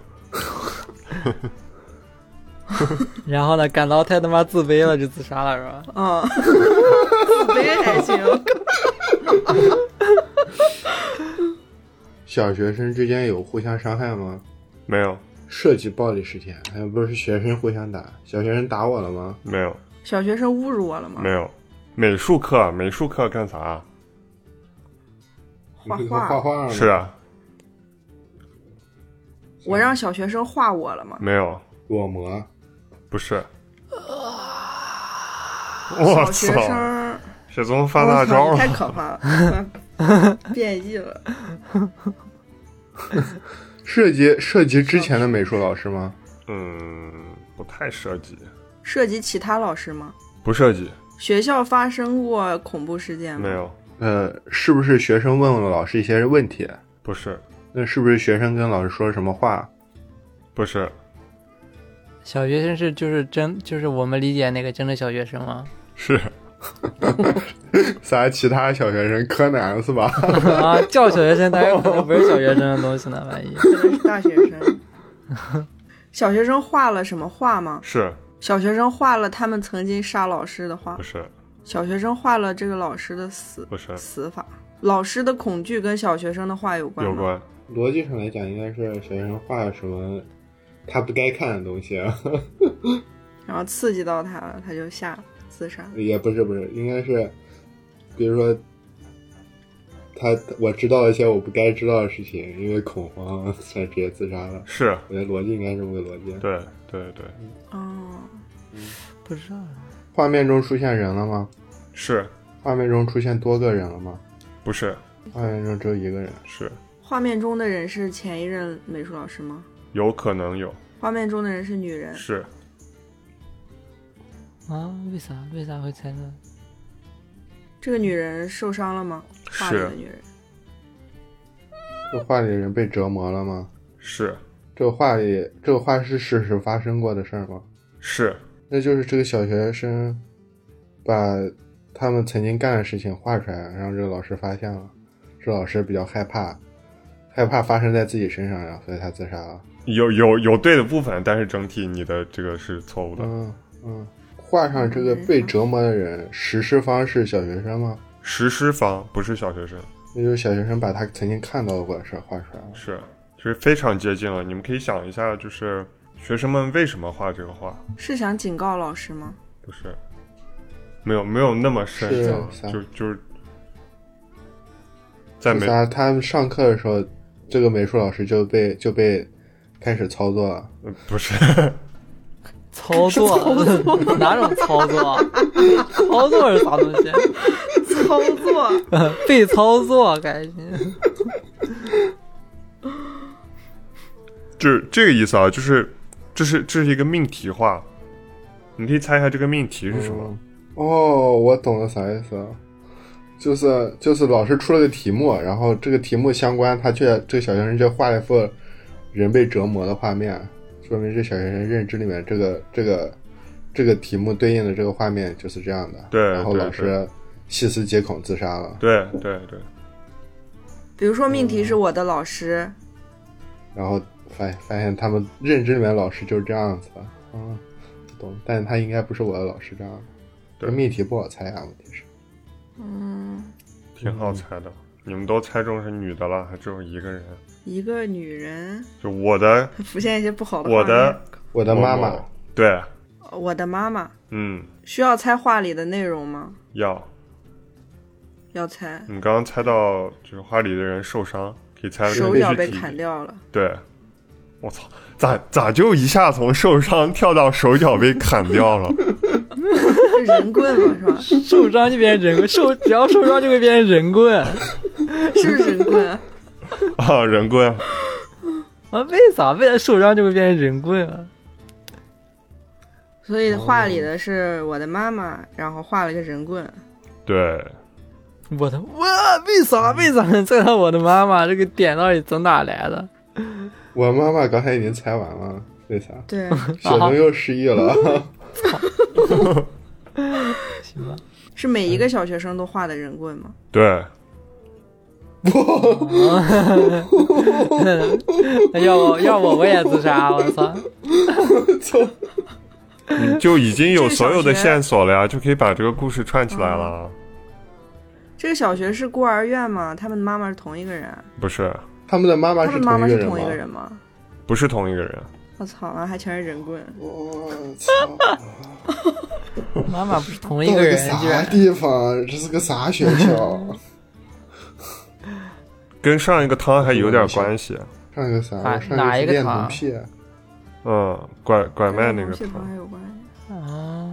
然后呢，感到太他妈自卑了，就自杀了是吧？
嗯，自卑还行。
小学生之间有互相伤害吗？
没有，
涉及暴力事件，还不是学生互相打？小学生打我了吗？
没有，
小学生侮辱我了吗？
没有。美术课，美术课干啥？啊
画
你说
画
画画呢
是啊，
我让小学生画我了吗？
没有，
裸模，
不是。我
呃小学
操！
生，
雪松发大招
我操你
了
太，可怕了， 变异了。
涉及涉及之前的美术老师吗？
嗯，不太涉及，
涉及其他老师吗？
不涉及，
学校发生过恐怖事件吗？
没。有，
呃，是不是学生问了老师一些问题？
不是，
那是不是学生跟老师说了什么话？
不是，
小学生是就是真就是我们理解那个真的小学生 吗？
是
啥？其他小学生柯南是吧？
啊，叫小学生，当然可能不是小学生的东西呢，万一。
可能是大学生。小学生画了什么画吗？
是，
小学生画了他们曾经杀老师的画
不，是，
小学生画了这个老师的死
不是，
死法。老师的恐惧跟小学生的画有关吗？
有关，
逻辑上来讲，应该是小学生画了什么他不该看的东西，啊
然后刺激到他了，他就下自杀。
也不是不是，应该是，比如说他我知道了一些我不该知道的事情，因为恐慌才直接自杀了。
是，
我觉得逻辑应该是这么个逻辑。
对，对，对，
哦，
不知道啊，
画面中出现人了吗？
是，
画面中出现多个人了吗？
不是，
画面中只有一个人。
是，
画面中的人是前一任美术老师吗？
有可能有，
画面中的人是女人，
是，
啊，为啥为啥会猜呢？
这个女人受伤了吗？画里的
是，
女人，
这画里的人被折磨了吗？
是，
这个画里这个画是事实发生过的事儿吗？
是，
那就是这个小学生把他们曾经干的事情画出来，让这个老师发现了，这老师比较害怕，害怕发生在自己身上，然后所以他自杀了。
有有有对的部分，但是整体你的这个是错误的。
嗯嗯，画上这个被折磨的人，实施方是小学生吗？
实施方不是小学生，
那就是小学生把他曾经看到过的事儿画出来了。
是就是非常接近了。你们可以想一下，就是学生们为什么画这个画？
是想警告老师吗？
不是，没有没有那么深
是
层，
啥
就就是在
自
美
杀，他们上课的时候，这个美术老师就被就被开始操作了。
呃不是
操作，哪种操作？操作是啥东 西？
操作，
被操作感觉。
就是这个意思啊，就是这是这是一个命题画，你可以猜一下这个命题是什
嗯
么？
哦，我懂了啥意思了，就是就是老师出了个题目，然后这个题目相关，他却这个小学生却画了一幅人被折磨的画面，说明这小学生认知里面这个这个这个题目对应的这个画面就是这样的。
对
然后
对
老师细思极恐自杀了，
对对对，
比如说命题是我的老师，
然后发发现他们认知里面老师就是这样子的。啊，懂了，但是他应该不是我的老师这样的。
对
这命题不好猜啊，问题是。
挺
嗯
好猜的。你们都猜中是女的了，还只有一个人。
一个女人
就我的
浮现一些不好的画
我的
面
我的妈妈
我，对，
我的妈妈
嗯，
需要猜画里的内容吗？
要
要猜，
你刚刚猜到就是画里的人受伤，可以猜的
手
必
脚
须
被
体
砍掉了，
对，我操，咋咋就一下从受伤跳到手脚被砍掉了？
是人棍吗？是吧？
受伤就变成人棍，受只要受伤就会变成人棍。
是不是人棍？
啊，人棍，
啊，为啥为了受伤就会变成人棍啊？
所以画里的是我的妈妈，然后画了个人棍。
对，
我的哇，为啥为啥能猜到我的妈妈这个点到底从哪来的？
我妈妈刚才已经猜完了，为 啥？
啊
对，
雪农又失忆了。
行吧，
是每一个小学生都画的人棍吗？
对，
那啊要我要我我也自杀，我操！
你就已经有所有的
这个小学嗯
线索了呀，就可以把这个故事串起来了。
这个小学是孤儿院吗？他们的妈妈是同一个人，啊
不是，
他们的妈妈
他
是
们妈妈
一个
是
人吗
同一个？人吗？
不是同一个人，
我操，完了还全是人棍，
我操！
妈妈不是同一
到
个
了
人，居
啥
然
地方？这是个啥学 校？
跟上一个汤还有点关系。
上一个啥？
哪
上个
哪一个
是恋
堂
童啊癖。
嗯，拐拐卖那个
跟
汤
还。有关系。
啊，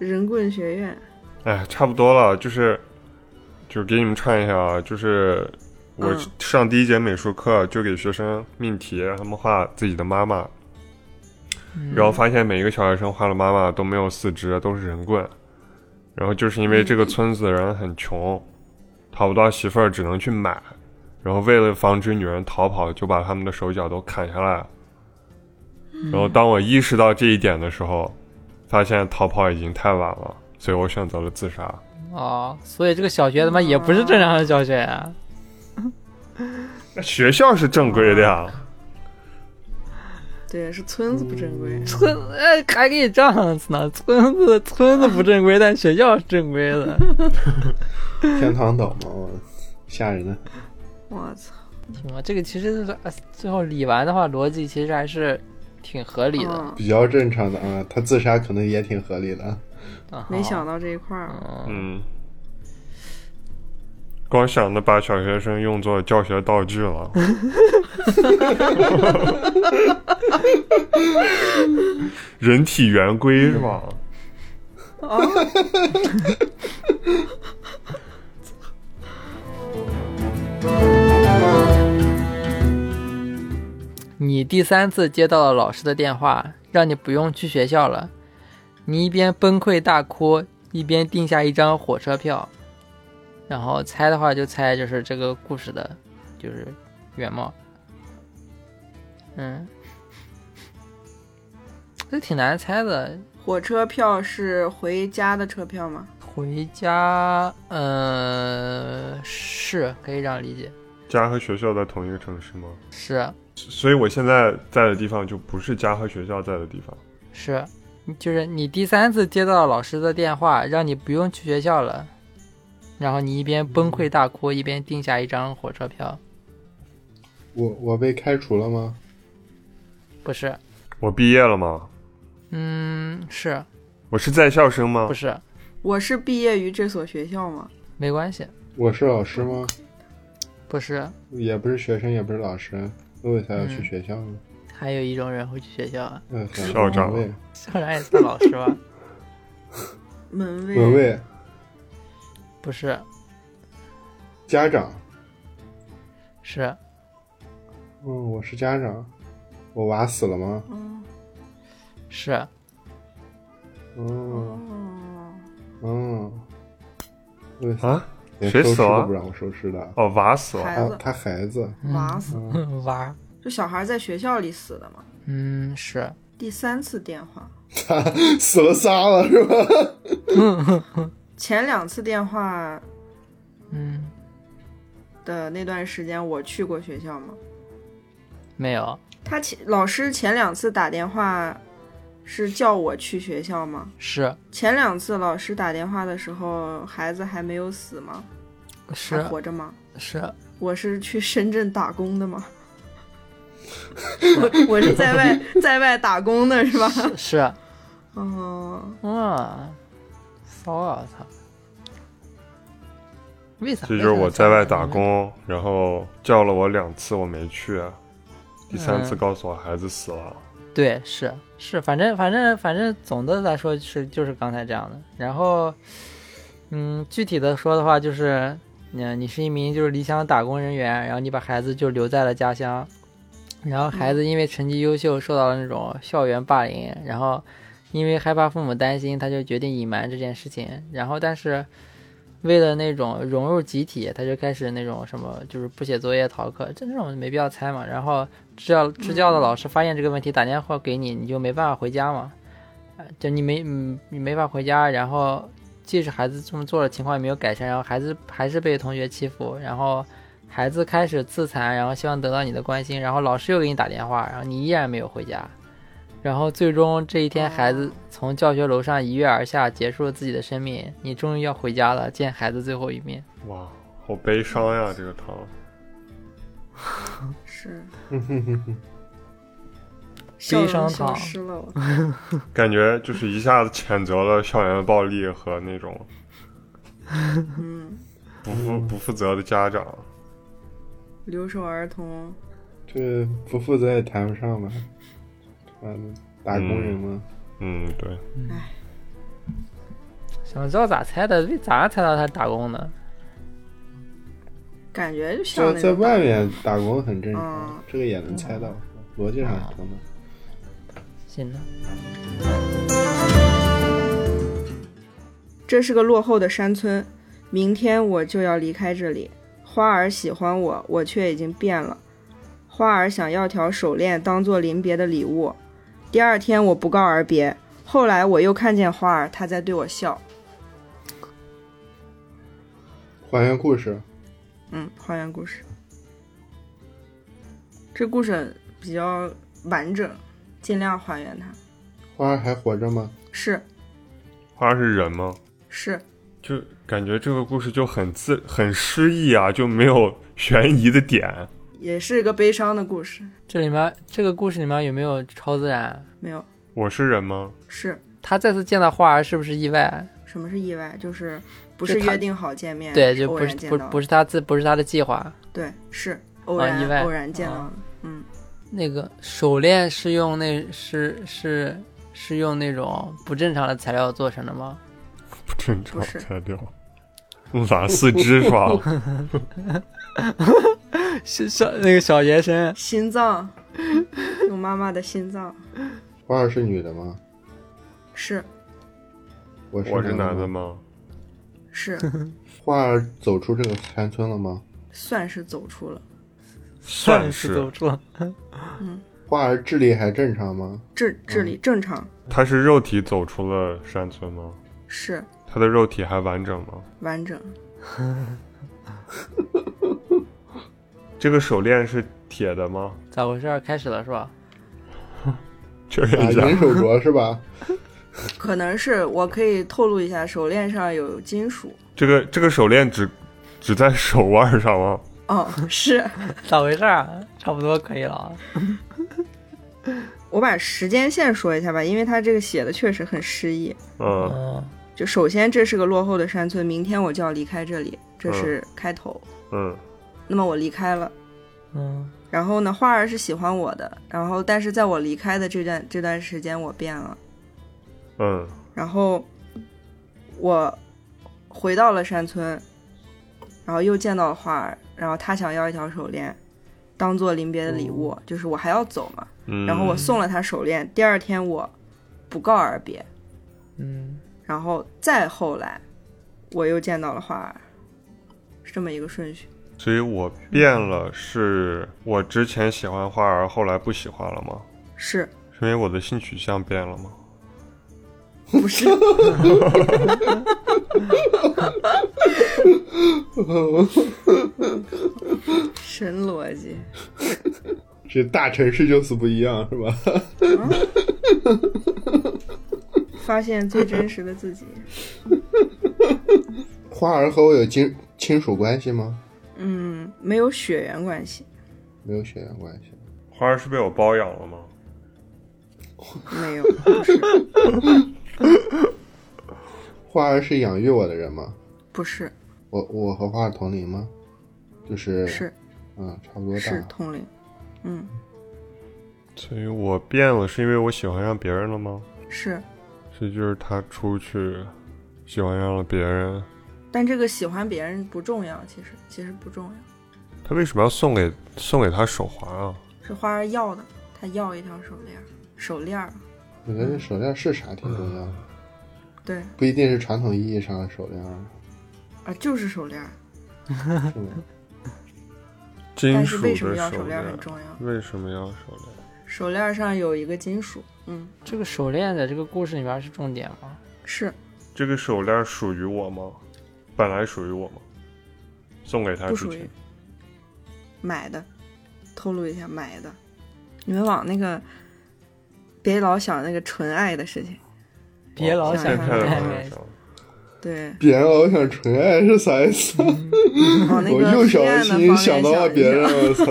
人棍学院，
哎，差不多了，就是，就是给你们串一下啊，就是我
嗯
上第一节美术课就给学生命题，让他们画自己的妈妈，然后发现每一个小学生画了妈妈都没有四肢，都是人棍，然后就是因为这个村子的人很穷，讨不到媳妇儿，只能去买，然后为了防止女人逃跑，就把他们的手脚都砍下来。然后当我意识到这一点的时候，发现逃跑已经太晚了，所以我选择了自杀。
哦，所以这个小学他妈也不是正常的小学啊。
那学校是正规的呀，
对，是村子不正规。
村哎还可以这样子呢，村子村子不正规，但学校是正规的。
天堂岛吗？我吓人的。
我操，
行吧，这个其实是呃最后理完的话，逻辑其实还是挺合理的。
嗯
比较正常的啊，他自杀可能也挺合理的。
啊
没想到这一块儿，
嗯，光想着把小学生用作教学道具了。人体圆规是吧？
你第三次接到了老师的电话，让你不用去学校了。你一边崩溃大哭，一边订下一张火车票。然后猜的话就猜就是这个故事的，就是原貌。嗯，这挺难猜的。嗯
火车票是回家的车票吗？
回家，呃，是可以这样理解，
家和学校在同一个城市吗？
是
所以我现在在的地方就不是家和学校在的地方。
是，就是你第三次接到老师的电话，让你不用去学校了，然后你一边崩
嗯
溃大哭，一边订下一张火车票，
我我被开除了吗？
不是，
我毕业了吗？
嗯，是
我是在校生吗
不？是？
我是毕业于这所学校吗？
没关系，
我是老师吗？
不是，
也不是学生，也不是老师，那为啥要去
嗯
学校呃呢？
还有一种人会去学校啊，
那啥
校长
门卫，
校长也是老师吧？
门卫，
门卫，
不是，
家长。
是
嗯，我是家长。我娃死了吗？
嗯，
是，
嗯
哦，
嗯。为啥
啊，
连
谁
收
死
尸都
了
不让我收尸的？
哦，娃死了。
孩
啊，
子
他孩子。
娃死，
嗯娃儿，
就小孩在学校里死的嘛。
嗯，是，
第三次电话，
死了仨了是吧？
前两次电话
嗯，
的那段时间，我去过学校吗？
没有，
他前老师前两次打电话是叫我去学校吗？
是
前两次老师打电话的时候，孩子还没有死吗？还
是
活着吗？
是
我是去深圳打工的 吗？我我是在外在外打工的是吧？
是，
嗯，
哇，骚啊！操，为啥？
这就是我在外打。工，然后叫了我两次，我没去，第三次
嗯
告诉我孩子死了。
对，是是，反正反正反正，总的来说是就是刚才这样的。然后，嗯，具体的说的话，就是，嗯，你是一名就是离乡打工人员，然后你把孩子就留在了家乡，然后孩子因为成绩优秀受到了那种校园霸凌，然后因为害怕父母担心，他就决定隐瞒这件事情。然后，但是为了那种融入集体，他就开始那种什么，就是不写作业逃课，这这种没必要猜嘛。然后支教支教的老师发现这个问题，打电话给你，你就没办法回家嘛，呃就你没嗯你没法回家。然后即使孩子这么做了，情况也没有改善，然后孩子还是被同学欺负，然后。孩子开始自残，然后希望得到你的关心，然后老师又给你打电话，然后你依然没有回家，然后最终这一天，孩子
哦
从教学楼上一跃而下，结束了自己的生命。你终于要回家了，见孩子最后一面。
哇，好悲伤呀，这个汤。
是笑
悲
容
伤
消
糖
失了我。
感觉就是一下子谴责了校园暴力和那种
嗯，
不负不负责的家长。
留守儿童，
这不负责也谈不上吧？妈的，打工人吗？
嗯，对，
想知道咋猜的？为咋猜到他打工的？
感觉就像
在
那
在
种
外面打工嗯很正常
嗯，
这个也能猜到，逻辑上也通的。
行了，
这是个落后的山村，明天我就要离开这里。花儿喜欢我，我却已经变了。花儿想要条手链当做临别的礼物。第二天我不告而别。后来我又看见花儿，她在对我笑。
还原故事，
嗯，还原故事。这故事比较完整，尽量还原它。
花儿还活着吗？
是
花是人吗？
是，
就感觉这个故事就很自很诗意啊，就没有悬疑的点。
也是一个悲伤的故事。
这里面这个故事里面有没有超自然？
没有，
我是人吗？
是
他再次见到花儿是不是意外？
什么是意外？就是不
就是他
约定好见面，
对，就
嗯偶
不
然
是
见
不
到
不是他自不是他的计划。
对，是偶然、
意外
偶然见到的。
啊
嗯，
那个手链是用那是是是用那种不正常的材料做成 的吗？
不正常
不是
材料。用啥四肢是吧？
是小那个小学生
心脏， 用妈妈的心脏
花儿是女的吗？
是
我是
我是
男
男的
吗？
吗？
是
花儿走出这个山村了吗？
算是走出了嗯
算
是
是
走，出了
花儿智力还正常吗？
嗯
智智力正常，
他是肉体走出了山村吗？
是
他的肉体还完整吗？
完整。
这个手链是铁的吗？
咋回事儿？开始了是吧？
确认
啊，
一下。
银手镯是吧？
可能是我可以透露一下，手链上有金属。
这个这个手链只只在手腕上吗？
哦，是
咋回事儿啊？差不多可以了啊。
我把时间线说一下吧，因为它这个写的确实很诗意。
嗯
嗯
就首先这是个落后的山村，明天我就要离开这里，这是开头。
嗯
那么我离开了，
嗯
然后呢，花儿是喜欢我的，然后但是在我离开的这段这段时间，我变了，
嗯
然后我回到了山村，然后又见到了花儿，然后他想要一条手链，当做临别的礼物，就是我还要走嘛，
嗯。
然后我送了他手链，第二天我不告而别，
嗯，
然后再后来，我又见到了花儿，是这么一个顺序。
所以我变了，是我之前喜欢花儿，后来不喜欢了吗？
是
是因为我的性取向变了吗？
不是？神逻辑，
这大城市就是不一样是吧？
发现最真实的自己。
花儿和我有亲亲属关系吗？
嗯，没有血缘关系，
没有血缘关系。
花儿是被我包养了吗？
没有，不是，
花儿是养育我的人吗？
不是，
我我和花儿同龄吗？就是
是
嗯，差不多
是
大。
同龄，嗯，
所以我变了，是因为我喜欢上别人了吗？
是。
所以就是他出去喜欢上了别人，
但这个喜欢别人不重要，其实其实不重要，
他为什么要送给送给他手环啊？
是花儿要的，他要一条手链儿，手链儿，
我觉得这手链是啥挺重要的，
对
不一定是传统意义上的手链啊，
啊，就是手链儿。
是吗？
金
但是
属
为
的
什么要
手
手链儿很
链，
重要？
为什么要手链？
手链儿上有一个金属，嗯，
这个手链在这个故事里面是重点吗？
是
这个手链属于我吗？本来属于我吗？送给他
不
之
属于
前，
买的，透露一下买的。你们往那个别老想那个纯爱的事情，
别老
想
想
变
着
态的
太
暧
太
朋
昧
友，圈
对，
别人老想纯爱是啥意思？啊
往嗯那
我
个
幼
黑
小
暗的方
心
面
想到了
一
别
想
人，我操！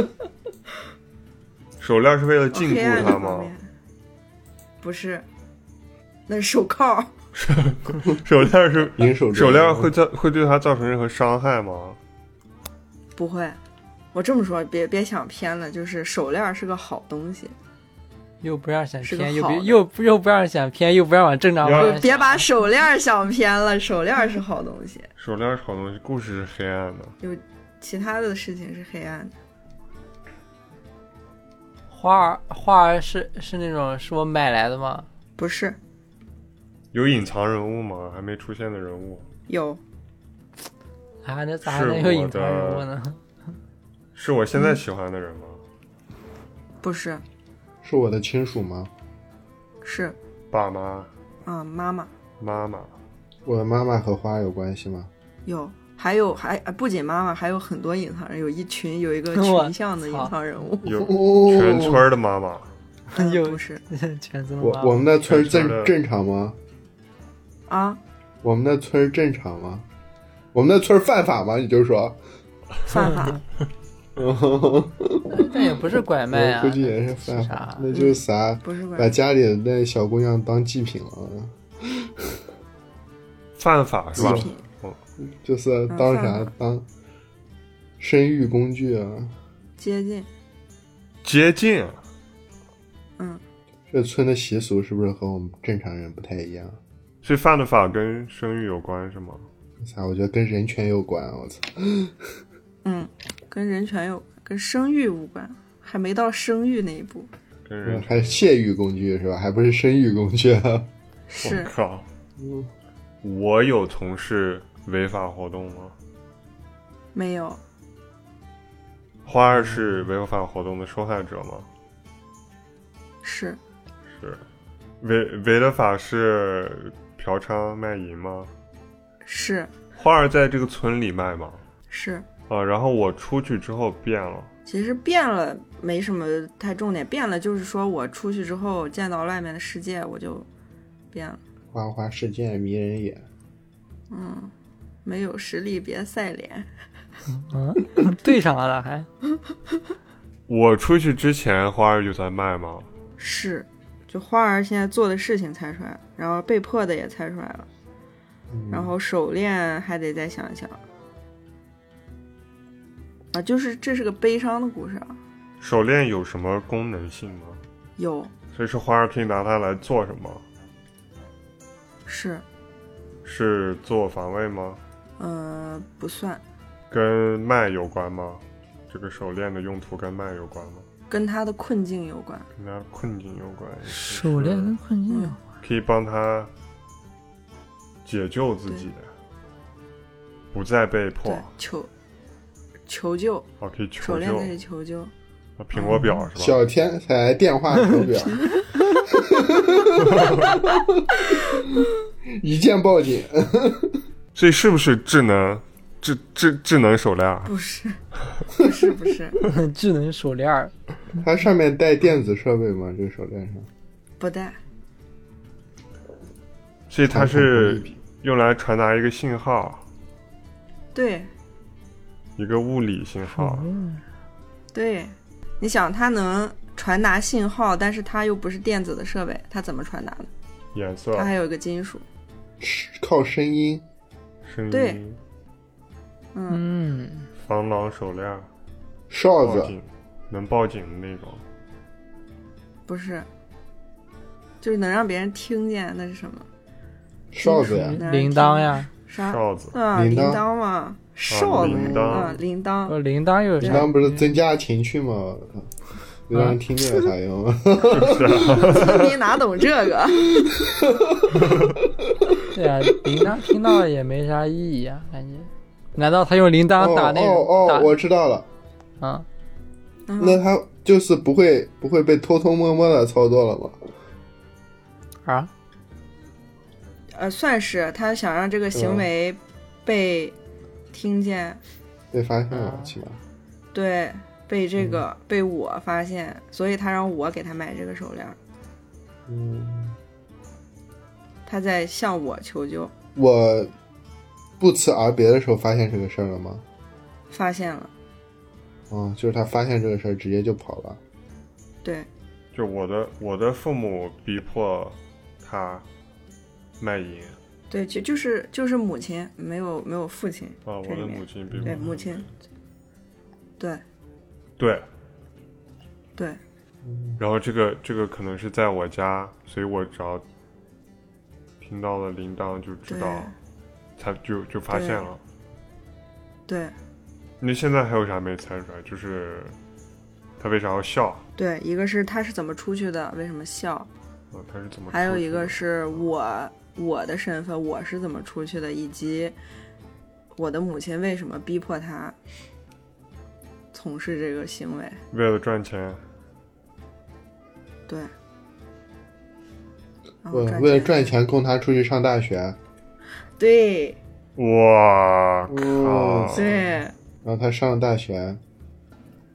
手链是为了禁
往黑暗的
锢他
方
吗
面？，不是，那是手铐，
手链是
银手镯
手链会造会对他造成任何伤害吗？
不会。我这么说，别别想偏了，就是手链儿是个好东西，
又不让想
是个
偏，又
好
不
的
又不又不让想偏，又不让往正常
要
方向想。
别把手链儿想偏了，手链儿是好东西，
手链是好东西，故事是黑暗的。
其他的事情是黑暗的。
花儿花儿是是那种是我买来的吗？
不是，
有隐藏人物吗？还没出现的人物
有
啊，那咋还
是
能有
我
隐藏
的
人物呢？
是我现在喜欢的人吗？
不是
是我的亲属吗？
是
爸妈、
啊、妈妈
妈妈，
我的妈妈和花有关系吗？
有，还有还啊不仅妈妈，还有很多隐藏人，有一群有一个
我
群像的隐
操
藏人 物，
有
哦
全村儿的妈妈，
嗯
有
不是
全村
我
妈
我们那村儿
全村
正
的
正常吗？
啊？
我们那村儿正常吗？我们那村儿犯法吗？你就说，
犯
嗯
法
但也不是拐卖啊，
我估计也是犯法
啥，
那就是啥，
不是
把
关
家里的那小姑娘当祭品了，
犯法是吧？
品，
就是
嗯
当
犯
啥
法
当生育工具啊。
接近
接近，
嗯
这村的习俗是不是和我们正常人不太一样？
所以犯的法跟生育有关是吗？
啥？我觉得跟人权有关。我操，
嗯，跟人权有跟生育无关，还没到生育那一步，
跟人，
还是泄欲工具是吧？还不是生育工具啊？
是
我靠，
嗯
我有从事违法活动吗？
没有
花儿是违法活动的受害者吗？
是
是，违违的法是嫖娼卖淫吗？
是
花儿在这个村里卖吗？
是，
啊，然后我出去之后变了，
其实变了没什么太重点，变了就是说我出去之后见到外面的世界，我就变了。
花花世界迷人眼，
嗯，没有实力别晒脸。
嗯，对上了还
我出去之前花儿就在卖吗？
是，就花儿现在做的事情猜出来了，然后被迫的也猜出来了，然
嗯
后手链还得再想一想。啊，就是这是个悲伤的故事啊，
手链有什么功能性吗？
有
所以说花儿可以拿它来做什么？
是，
是做防卫吗？
呃，不算，
跟卖有关吗？这个手链的用途跟卖有关吗？
跟他的困境有关。
跟他困境有关。也就是
手链跟困
哎
境有
嗯
可以帮他解救自己，不再被迫
对，。求求救，
哦，可以
手
求
链
救。
可以求救。嗯
啊苹果表是吧？
小天才电话手 表，一键报警。
所以是不是智能智智智能手链啊？
不是，不是，不是，
关， 智能手链儿
它上面带电子设备吗？这个手链上？
不带，
所以它是用来传达一个信号，
对，
一个物理信号。
嗯对，你想，它能传达信号，但是它又不是电子的设备，它怎么传达呢？
颜色
它、还有一个金属，
靠声音，
声
对
音、
嗯，
嗯，
防狼手链、
哨
报
子，
警能报警的那种。
不是，就是能让别人听见，那是什么？
哨子
嗯
呀，
嗯铃铛呀，
啥？
哨子、
啊，
铃
铃
铛
铛嘛，哨子
铃铛
啊，铃铛
哦，铃铛又有
铃
啥？
铛不是增加情趣吗？我
嗯
靠就让人听见有啥用啊？
你哪懂这 个？
对啊，铃铛听到也没啥意义啊，感觉。难道他用铃铛
哦
打那
哦
种
哦，我知道了，
打啊？
嗯
那它就是不会不会被偷偷摸摸的操作了吗？
啊，
呃，算是他想让这个
嗯
行为被听见，
被发现
啊
了，起码
对，被这个
嗯
被我发现，所以他让我给他买这个手链儿，
嗯，
他在向我求救，
我不辞而别的时候发现这个事儿了吗？
发现了，
嗯，就是他发现这个事儿，直接就跑了。
对，
就我的我的父母逼迫他卖淫
对，就就是就是母亲，没有没有父亲
啊，我
这里
的
面
母，亲逼迫
对母亲，对
对，
对，
然后这个这个可能是在我家，所以我只要听到了铃铛就知道
对，
才就就发现了。
对
那现在还有啥没猜出来？就是他为啥要笑
对，一个是他是怎么出去的，为什么笑，
啊？他是怎么出去的？
还有一个是我我的身份，我是怎么出去的，以及我的母亲为什么逼迫他从事这个行为。
为了赚钱，
对，然后
为为了赚
哦钱，
钱供他出去上大学，
对
哇
哦
靠！
对，
然后他上了大学，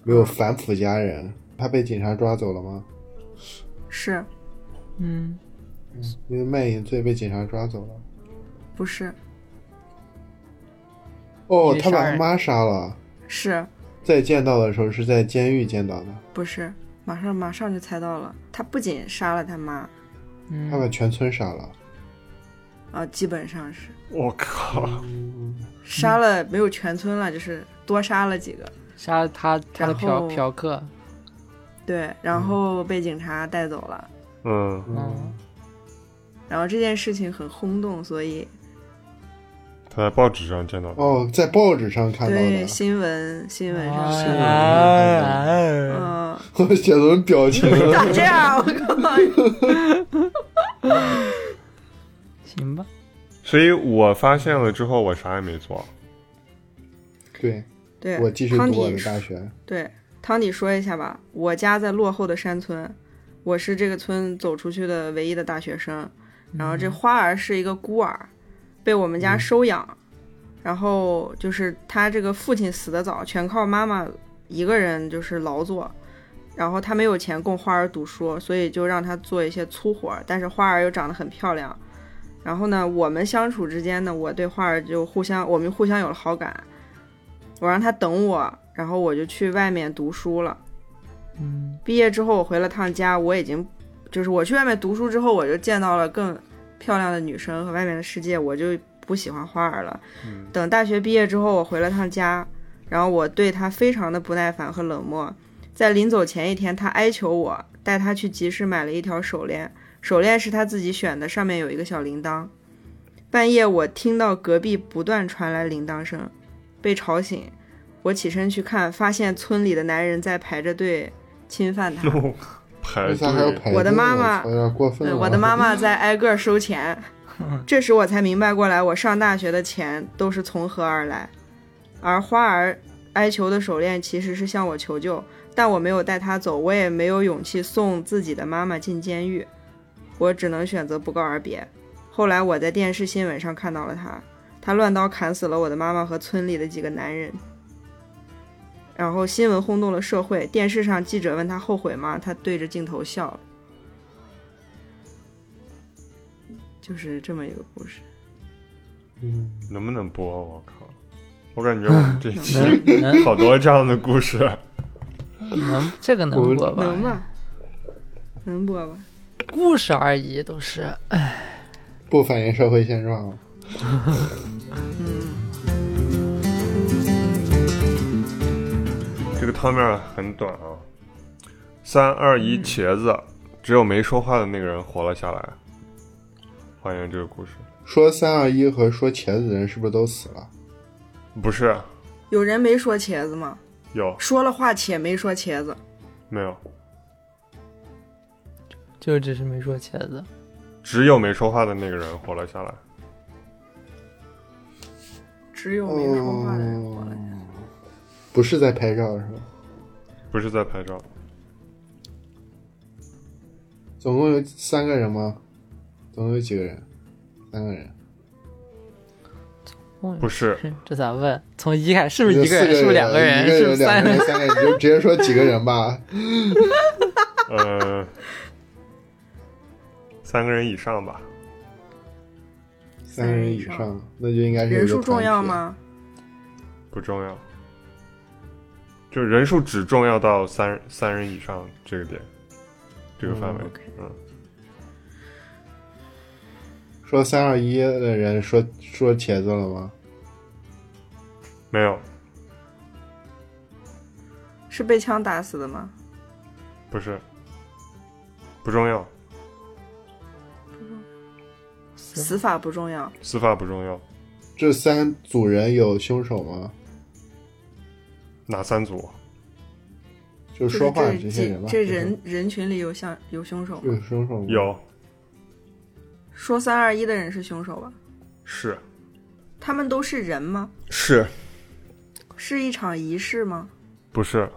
没
嗯
有反哺家人，他被警察抓走了吗？
是
嗯，
因为卖淫罪被警察抓走了。
不是
哦
因为，
他把
杀
他
人
妈杀了。
是
再见到的时候是在监狱见到的，
不是？马上马上就猜到了，他不仅杀了他妈
嗯
他
嗯
把全村杀了。
啊，基本上是
我靠！
嗯
杀了没有全村了，就是多杀了几个。
杀他他的
然
嫖
后
嫖客，
对，
嗯
然后被警察带走了。
嗯，
哦
嗯，
然后这件事情很轰动，所以
他在报纸上见到的。
哦，在报纸上看到
对
的，
新闻新闻上
哎
是，
哎哎
嗯，
我写什么表情？
咋这样？ 我靠！
行吧，
所以我发现了之后，我啥也没做。
对
对，
我继续
汤
读
底
我的大学。
对，汤底说一下吧。我家在落后的山村，我是这个村走出去的唯一的大学生。然后这花儿是一个孤儿，被我们家收养。然后就是他这个父亲死得早，全靠妈妈一个人就是劳作。然后他没有钱供花儿读书，所以就让他做一些粗活儿。但是花儿又长得很漂亮。然后呢，我们相处之间呢，我对花儿就互相，我们互相有了好感。我让他等我，然后我就去外面读书了。
嗯
毕业之后我回了趟家，我已经就是我去外面读书之后，我就见到了更漂亮的女生和外面的世界，我就不喜欢花儿了。等大学毕业之后，我回了趟家，然后我对她非常的不耐烦和冷漠。在临走前一天，她哀求我带她去集市买了一条手链，手链是她自己选的，上面有一个小铃铛。半夜我听到隔壁不断传来铃铛声，被吵醒。我起身去看，发现村里的男人在排着队侵犯她。
排
为啥还要
队，
排队？
我的妈妈
操有点过分
对，
了。
我的妈妈在挨个收钱。这时我才明白过来，我上大学的钱都是从何而来。而花儿哀求的手链其实是向我求救，但我没有带她走，我也没有勇气送自己的妈妈进监狱，我只能选择不告而别。后来我在电视新闻上看到了她，她乱刀砍死了我的妈妈和村里的几个男人。然后新闻轰动了社会，电视上记者问她后悔吗？她对着镜头笑了。就是这么一个故事。
嗯
能不能播？我靠！我感觉我们这期
能能
好多这样的故事。
能，这个
我
能播吧？
能吧？能播吧？
故事而已，都是。
不反映社会现状。
这个汤面儿很短啊，三二一，茄子，只有没说话的那个人活了下来。还原这个故事，
说三二一和说茄子的人是不是都死了？
不是
有人没说茄子吗？
有
说了话且没说茄子，
没有？
就只是没说茄子。
只有没说话的那个人活了下来。
只有没说话的人活了。
哦不是在拍照是吧？
不是在拍照，
总共有三个人吗？总共有几个人？三个人。
哦
不是，
这咋问？从一开始是不是一个
四
人？是不是两
个
个人？
一
是
个
不是三
两
个人
个人？？三个人，你就直接说几个人吧。
呃，三个人以上吧。
三个人以上，那就应该是一个
人数重要
团体？
吗？
不重要，就人数只重要到三三人以上这个点，这个范围。嗯，
说三二一的人说说茄子了吗？
没有，
是被枪打死的吗？
不是，不重要，
啊
死法不重要，
司法不重要，
这三组人有凶手吗？
哪三组？
就
就是
说话
这
这些人吧。
这
就是嗯
人人群里有像有凶手吗？
有凶手吗？。
有
说三二一的人是凶手吧？
是
他们都是人吗？
是，
是一场仪式吗？
不是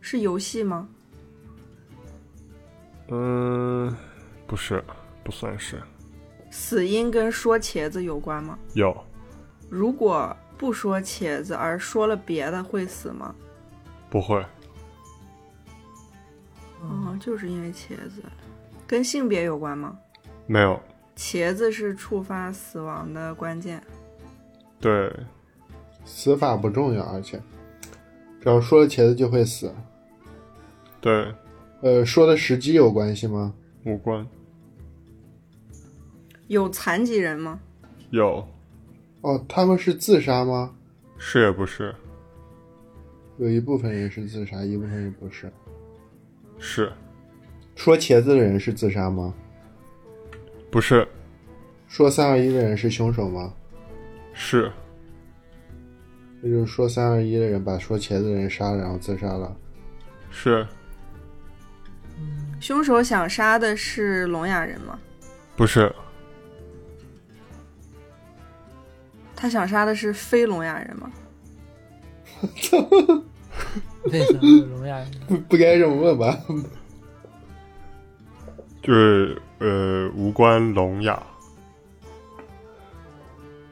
是游戏吗？
嗯、不是，不算是
死因跟说茄子有关吗？
有
如果不说茄子而说了别的会死吗？
不会
哦，就是因为茄子，跟性别有关吗？
没有
茄子是触发死亡的关键。
对
死法不重要，而且只要说了茄子就会死。
对
呃，说的时机有关系吗？
无关
有残疾人吗？
有
哦，他们是自杀吗？
是也不是
有一部分人是自杀，一部分人不是。
是
说茄子的人是自杀吗？
不是
说三二一的人是凶手吗？
是
那就是说三二一的人把说茄子的人杀了，然后自杀了。
是
凶手想杀的是聋哑人吗？
不是
他想杀的是非聋哑人吗？
为什么有聋哑人？
不不该这么问吧？
就是呃无关聋哑，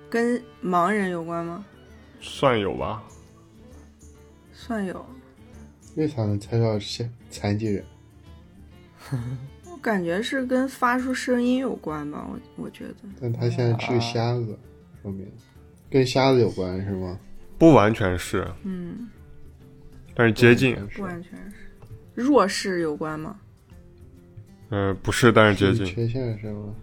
跟盲人有关吗？
算有吧？
算有，
为啥能猜到是残疾人？
我感觉是跟发出声音有关吧，我我觉得。
但他现在治瞎子，说明跟瞎子有关是吗？
不完全是，
嗯，
但是接近。
不完全是。弱势有关吗？
呃，不是，但是接
是
近。
缺陷是吗？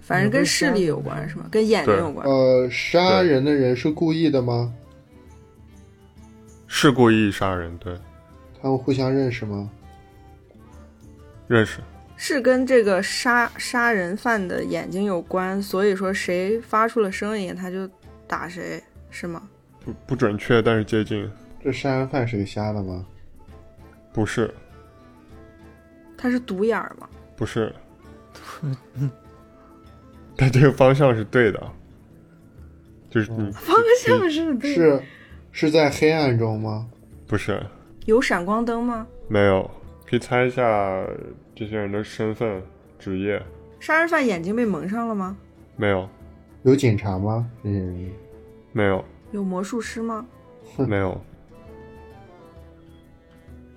反正跟视力有关是吗？跟眼睛有关。
呃，杀人的人是故意的吗？
是故意杀人，对，
他们互相认识吗？
认识。
是跟这个杀杀人犯的眼睛有关，所以说谁发出了声音，他就打谁，是吗？
不不准确，但是接近。
这杀人犯是个瞎的吗？
不是，
他是独眼儿吗？
不是。 但这个方向是对的，就是嗯你
方向是对，
是是在黑暗中吗？
不是
有闪光灯吗？
没有。可以猜一下这些人的身份、职业？
杀人犯眼睛被蒙上了吗？
没有，
有警察吗？嗯，
没有，
有魔术师吗？
没有。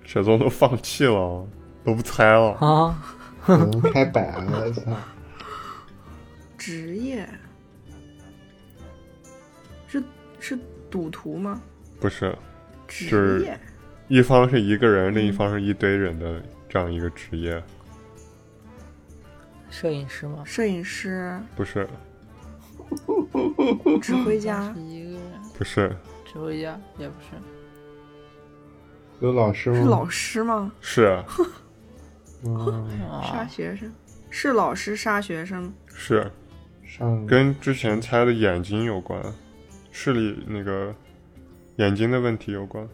雪宗都放弃了，都不猜了。
啊，
可能开摆啊了，我操！
职业是是赌徒吗？
不是，
职业
一方是一个人，另一方是一堆人的这样一个职业，
摄影师吗？
摄影师、
不是，
指挥家、
一个人，
不是，
指挥家也不是，
有老师
是
吗？
老师吗？
是啊
嗯，
杀
啊，
学生是老师杀学生，
是，
上哎
跟之前猜的眼睛有关，视力那个眼睛的问题有关。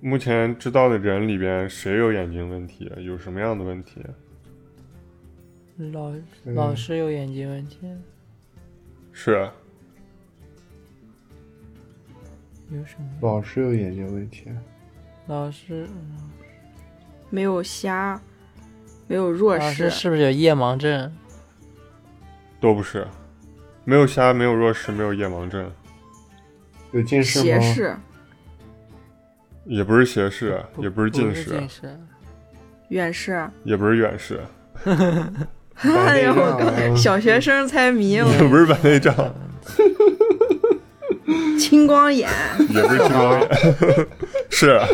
目前知道的人里边，谁有眼睛问题？有什么样的问题？
老老师有眼睛问题，
是啊
有什么？
老师有眼睛问题，啊
老师，嗯
没有瞎，没有弱
老
势
师，是不是有夜盲症？
都不是，没有瞎，没有弱视，没有夜盲症，
有近视
斜
吗？
视、
也不是斜视，啊
不
也不是近
近
视，
视，
远视。
也不是远视，
哎呦，我
白内障啊嗯
刚 小学生猜迷了，
啊也不是白内障，
嗯
青光眼、
也不是青光眼， 是
啊，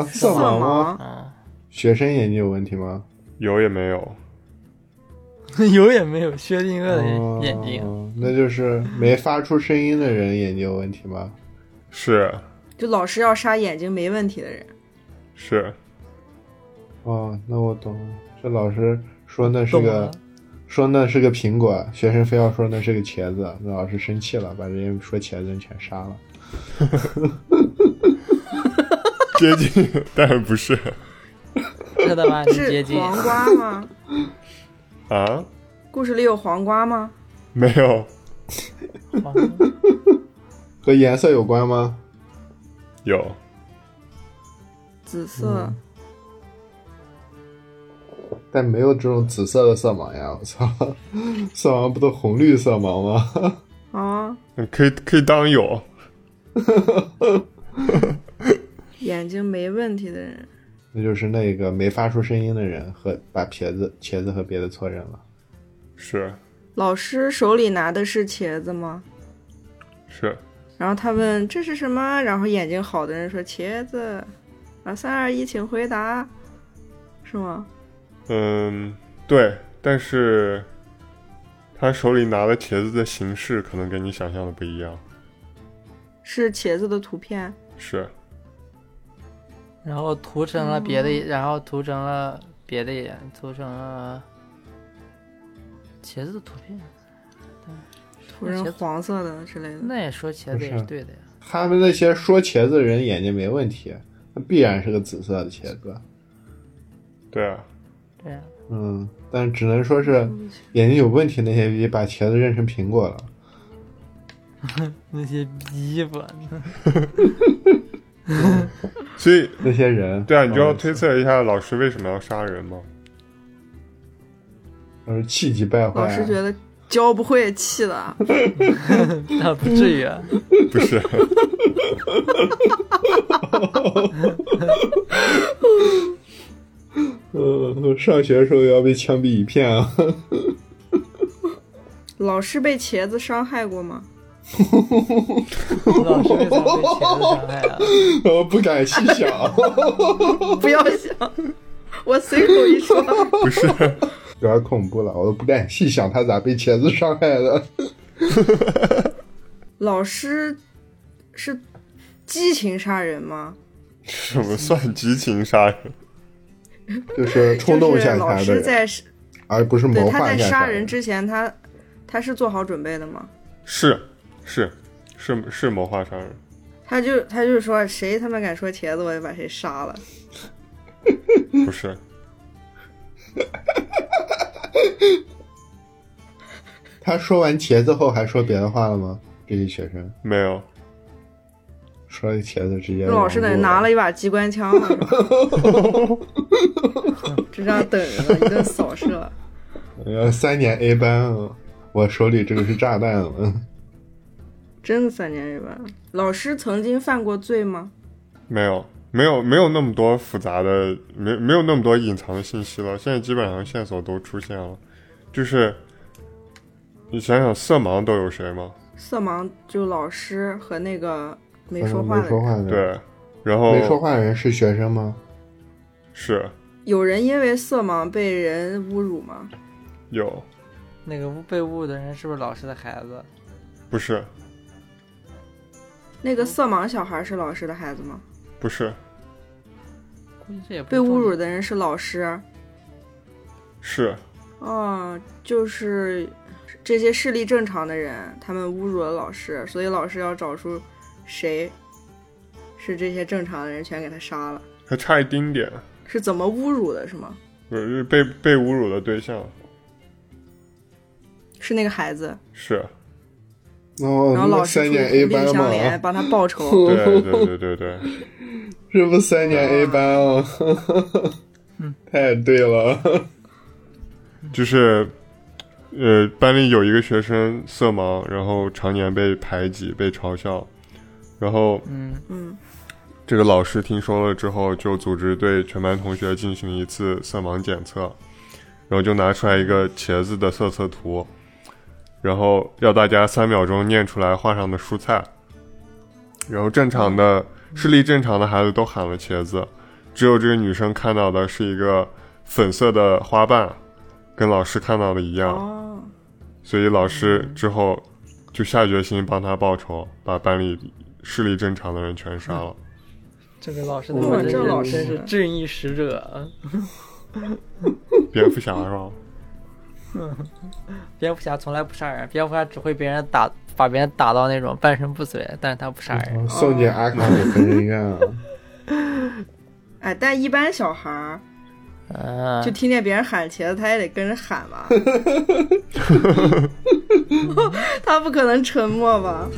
色
色盲吗？
盲、
啊，
学生眼睛有问题吗？
有也没有，
有也没有薛定谔的
哦
呃眼睛，
那就是没发出声音的人眼睛有问题吗？
是啊
就老师要杀眼睛没问题的人，
是
哦，那我懂了。这老师说那是
懂
个
了。
说那是个苹果，学生非要说那是个茄子，那老师生气了，把人家说茄子人全杀了。
接近， 但是不是
这他妈是接
是
近，
黄瓜吗？
啊？
故事里有黄瓜吗？
没有，
黄
和颜色有关吗？
有
紫色、
但没有这种紫色的色盲呀！我操，色盲不都红绿色盲吗？
啊，
嗯可以可以当有，
眼睛没问题的人，
那就是那个没发出声音的人和把茄子茄子和别的错认了。
是
老师手里拿的是茄子吗？
是
然后他问这是什么，然后眼睛好的人说茄子，啊，三二一，请回答，是吗？
嗯对，但是他手里拿的茄子的形式可能跟你想象的不一样，
是茄子的图片，
是
然后涂成了别的，然后涂成了别的眼，涂成了茄子的图片。
涂成
茄子
黄色的之类的。
那也说茄子也
不
是
是
对的呀。
他们那些说茄子的人眼睛没问题，那必然是个紫色的茄子。
对啊，
对呀、
嗯，但只能说是眼睛有问题那些逼把茄子认成苹果了。
那些逼吧，
所以
那些人，
啊对啊，你就要推测一下老师为什么要杀人嘛？
老师气急败坏、啊。
老师觉得教不会，气啊的。
那不至于啊。
不是，
嗯，上学的时候要被枪毙一片啊！
老师被茄子伤害过 吗？
老师为啥被茄子伤害啊？
我不敢细想。
不要想， 我随口一说。
不是，
有点恐怖了，我都不敢细想他咋被茄子伤害的。
老师是激情杀人吗？
什么算激情杀人？
就是冲动下
哎老
杀
师
的人，
在是
而不是
对
谋
他
划
在
下
杀
人
人。之前，他他是做好准备的吗？
是是是是谋划杀人，
他就他就说谁他妈敢说茄子，我就把谁杀了。
不是。
他说完茄子后还说别的话了吗？这些学生
没有，
说完茄子直接
那老师
得
得拿了一把机关枪了 是吧，就这样等着一顿扫射。
呃三年 A 班啊，我手里这个是炸弹啊。
真的三年日班，老师曾经犯过罪吗？
没有，没有，没有那么多复杂的，没没有那么多隐藏的信息了。现在基本上线索都出现了，就是你想想，色盲都有谁吗？
色盲就老师和那个 没
没
说话的
嗯没说
人，
话的，，
对，然后
没说话的人是学生吗？
是
有人因为色盲被人侮辱吗？
有，
那个被侮辱的人是不是老师的孩子？
不是
那个色盲小孩是老师的孩子吗？
不是
估计这也不
被
是重
侮
点
辱的人是老师，
是
哦，就是这些视力正常的人，他们侮辱了老师，所以老师要找出谁是这些正常的人，全给他杀了。
还差一丁点，
是怎么侮辱的？是吗？
不是被被侮辱的对象
是那个孩子，
是，
哦，
然后
那
老师
三
出
年
去
A
同病
班
相怜，
吗？
帮他报仇。
对对
这
对对对，
不三年 A 班啊？ 太对了，
就是。呃，班里有一个学生色盲，然后常年被排挤、被嘲笑，然后
嗯，
嗯，
这个老师听说了之后，就组织对全班同学进行一次色盲检测，然后就拿出来一个茄子的色测图，然后要大家三秒钟念出来画上的蔬菜，然后正常的视力正常的孩子都喊了茄子，只有这个女生看到的是一个粉色的花瓣，跟老师看到的一样，
哦，
所以老师之后就下决心帮她报仇，把班里视力正常的人全杀了。
嗯这个老师他
哇
妈真
这
是
老
真
师
是正义使者，
蝙蝠侠是吧？
蝙蝠侠从来不杀人，蝙蝠侠只会别人打，把别人打到那种半身不遂，但是他不杀人。
送进阿卡姆疯人院啊！
哎，但一般小孩儿
嗯，
就听见别人喊茄子，他也得跟着喊吧，他不可能沉默吧？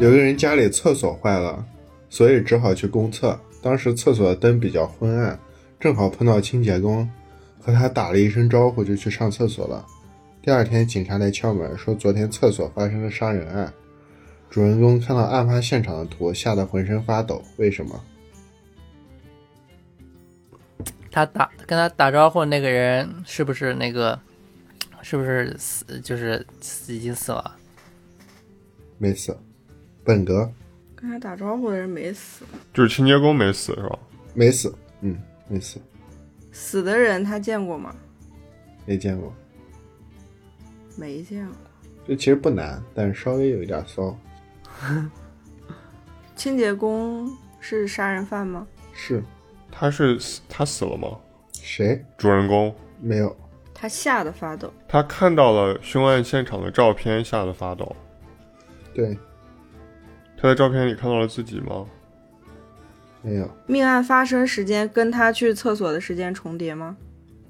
有个人家里厕所坏了，所以只好去公厕。当时厕所的灯比较昏暗，正好碰到清洁工，和他打了一声招呼就去上厕所了。第二天，警察来敲门，说昨天厕所发生了杀人案。主人公看到案发现场的图，吓得浑身发抖。为什么？
他打跟他打招呼那个人是不是那个，是不是死就是死已经死了？
没死。本格
跟他打招呼的人没死，
就是清洁工没死是吧？
没死，嗯，没死，
死的人他见过吗？
没见过。
没见过。
这其实不难，但是稍微有一点骚。
清洁工是杀人犯吗？
是
他是死他死了吗？
谁？
主人公
没有。
他吓得发抖。
他看到了凶案现场的照片，吓得发抖。
对，
他在照片里看到了自己吗？
没有，
命案发生时间跟他去厕所的时间重叠吗？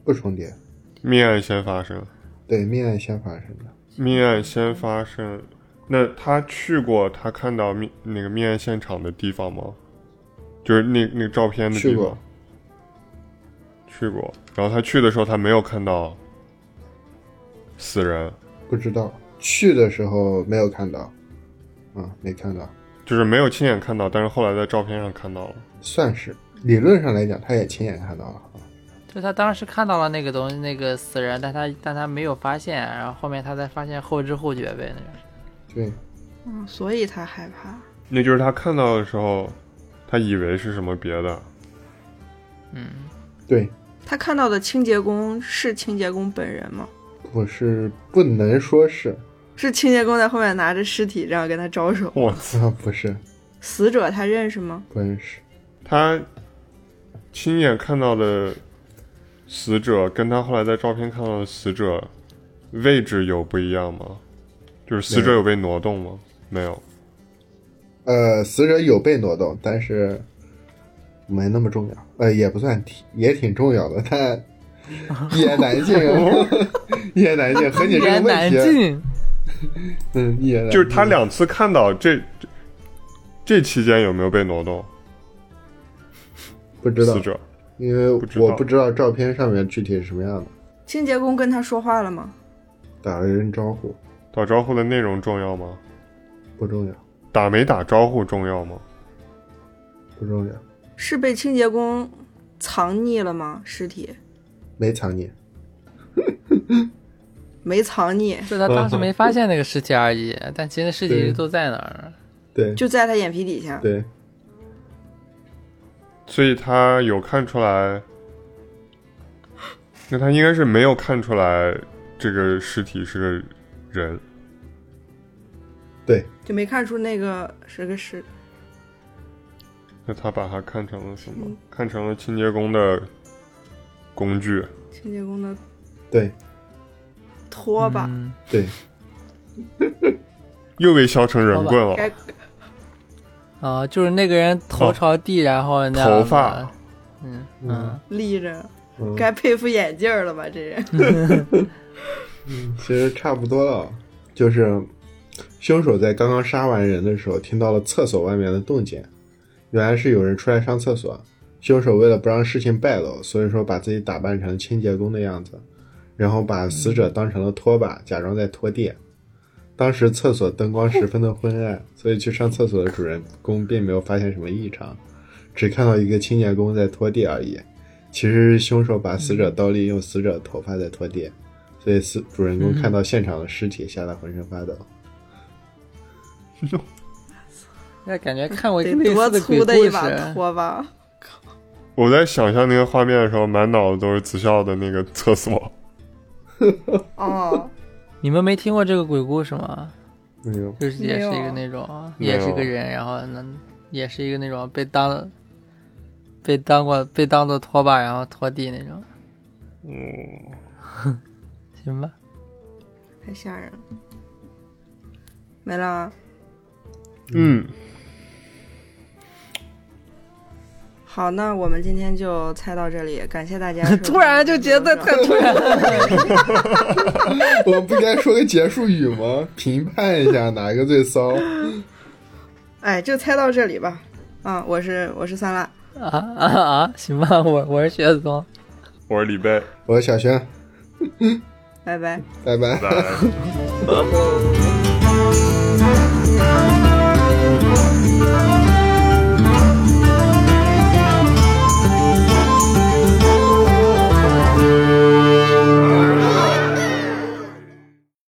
不重叠。
命案先发生，
对，命案先发生的。
命案先发生。那他去过他看到命那个命案现场的地方吗？就是那那个照片的地
去
方
过。
去过，然后他去的时候他没有看到死人，
不知道去的时候没有看到，啊，没看到，
就是没有亲眼看到，但是后来在照片上看到了。
算是理论上来讲，他也亲眼看到了，好吧？
就他当时看到了那个东西，那个死人，但他但他没有发现，然后后面他才发现，后知后觉呗，那种。
对，
嗯，所以他害怕。
那就是他看到的时候，他以为是什么别的，
嗯，
对，
他看到的清洁工是清洁工本人吗？
我是不能说是
是清洁工在后面拿着尸体这样跟他招手。
我
啊，不是，
死者他认识吗？
不认识，
他亲眼看到的死者跟他后来在照片看到的死者位置有不一样吗？就是死者
没有
有被挪动吗？没有，
呃，死者有被挪动，但是没那么重要，呃，也不算挺也挺重要的，但一言难尽，一言难尽，和你
一
这个
言难
问题，啊
尽。
嗯，一言难
就
尽，
是他两次看到这这这期间有没有被挪动？
不知道
死，者
因为
不知道
我不知道照片上面具体是什么样的，
清洁工跟他说话了吗？
打了人招呼
打招呼的内容重要吗？
不重要，
打没打招呼重要吗？
不重要，
是被清洁工藏匿了吗？尸体
没藏你，
没藏匿，
就他当时没发现那个尸体而已，但其实尸体一直
对
都在那儿。
对
就在他眼皮底下。
对，
所以他有看出来，那他应该是没有看出来这个尸体是个人。
对，
就没看出那个是个尸，
那他把它看成了什么？看成了清洁工的工具。
清洁工的
对，
拖把，
嗯，
对，
又被削成人棍了，
该
啊，就是那个人头朝地，然后那样
头
的
发，
嗯嗯，
立着，
嗯，
该佩服眼镜儿了吧？这人
其实差不多了，就是凶手在刚刚杀完人的时候，听到了厕所外面的动静，原来是有人出来上厕所。凶手为了不让事情败露，所以说把自己打扮成清洁工的样子，然后把死者当成了拖把，假装在拖地。当时厕所灯光十分的昏暗，所以去上厕所的主人公并没有发现什么异常，只看到一个清洁工在拖地而已。其实是凶手把死者倒立，用死者的头发在拖地，所以死主人公看到现场的尸体，吓得浑身发抖。
那感觉看过一
得
个类
多
似的
粗
鬼
的
故
一把
事，
拖把，
我在想象那个画面的时候，满脑子都是子孝的那个厕所。
哦，
你们没听过这个鬼故事吗？
没有，
就是也
没
是
有
一个那种，
没有
也是个人，然后呢，也是一个那种被当被当过被当做拖把，然后拖地那种，
嗯，
行吧？
太吓人了，没了。啊
嗯，
好，那我们今天就猜到这里，感谢大 家收听。
突然就觉得
啊
太 突然了，
我们不该说个结束语吗？ 评判一下哪一个最骚？
哎，就猜到这里吧。啊，我是我是酸辣，
啊啊啊！行吧，我我是雪松，
我是李贝，
我是小轩，
拜拜。
拜拜
拜。拜。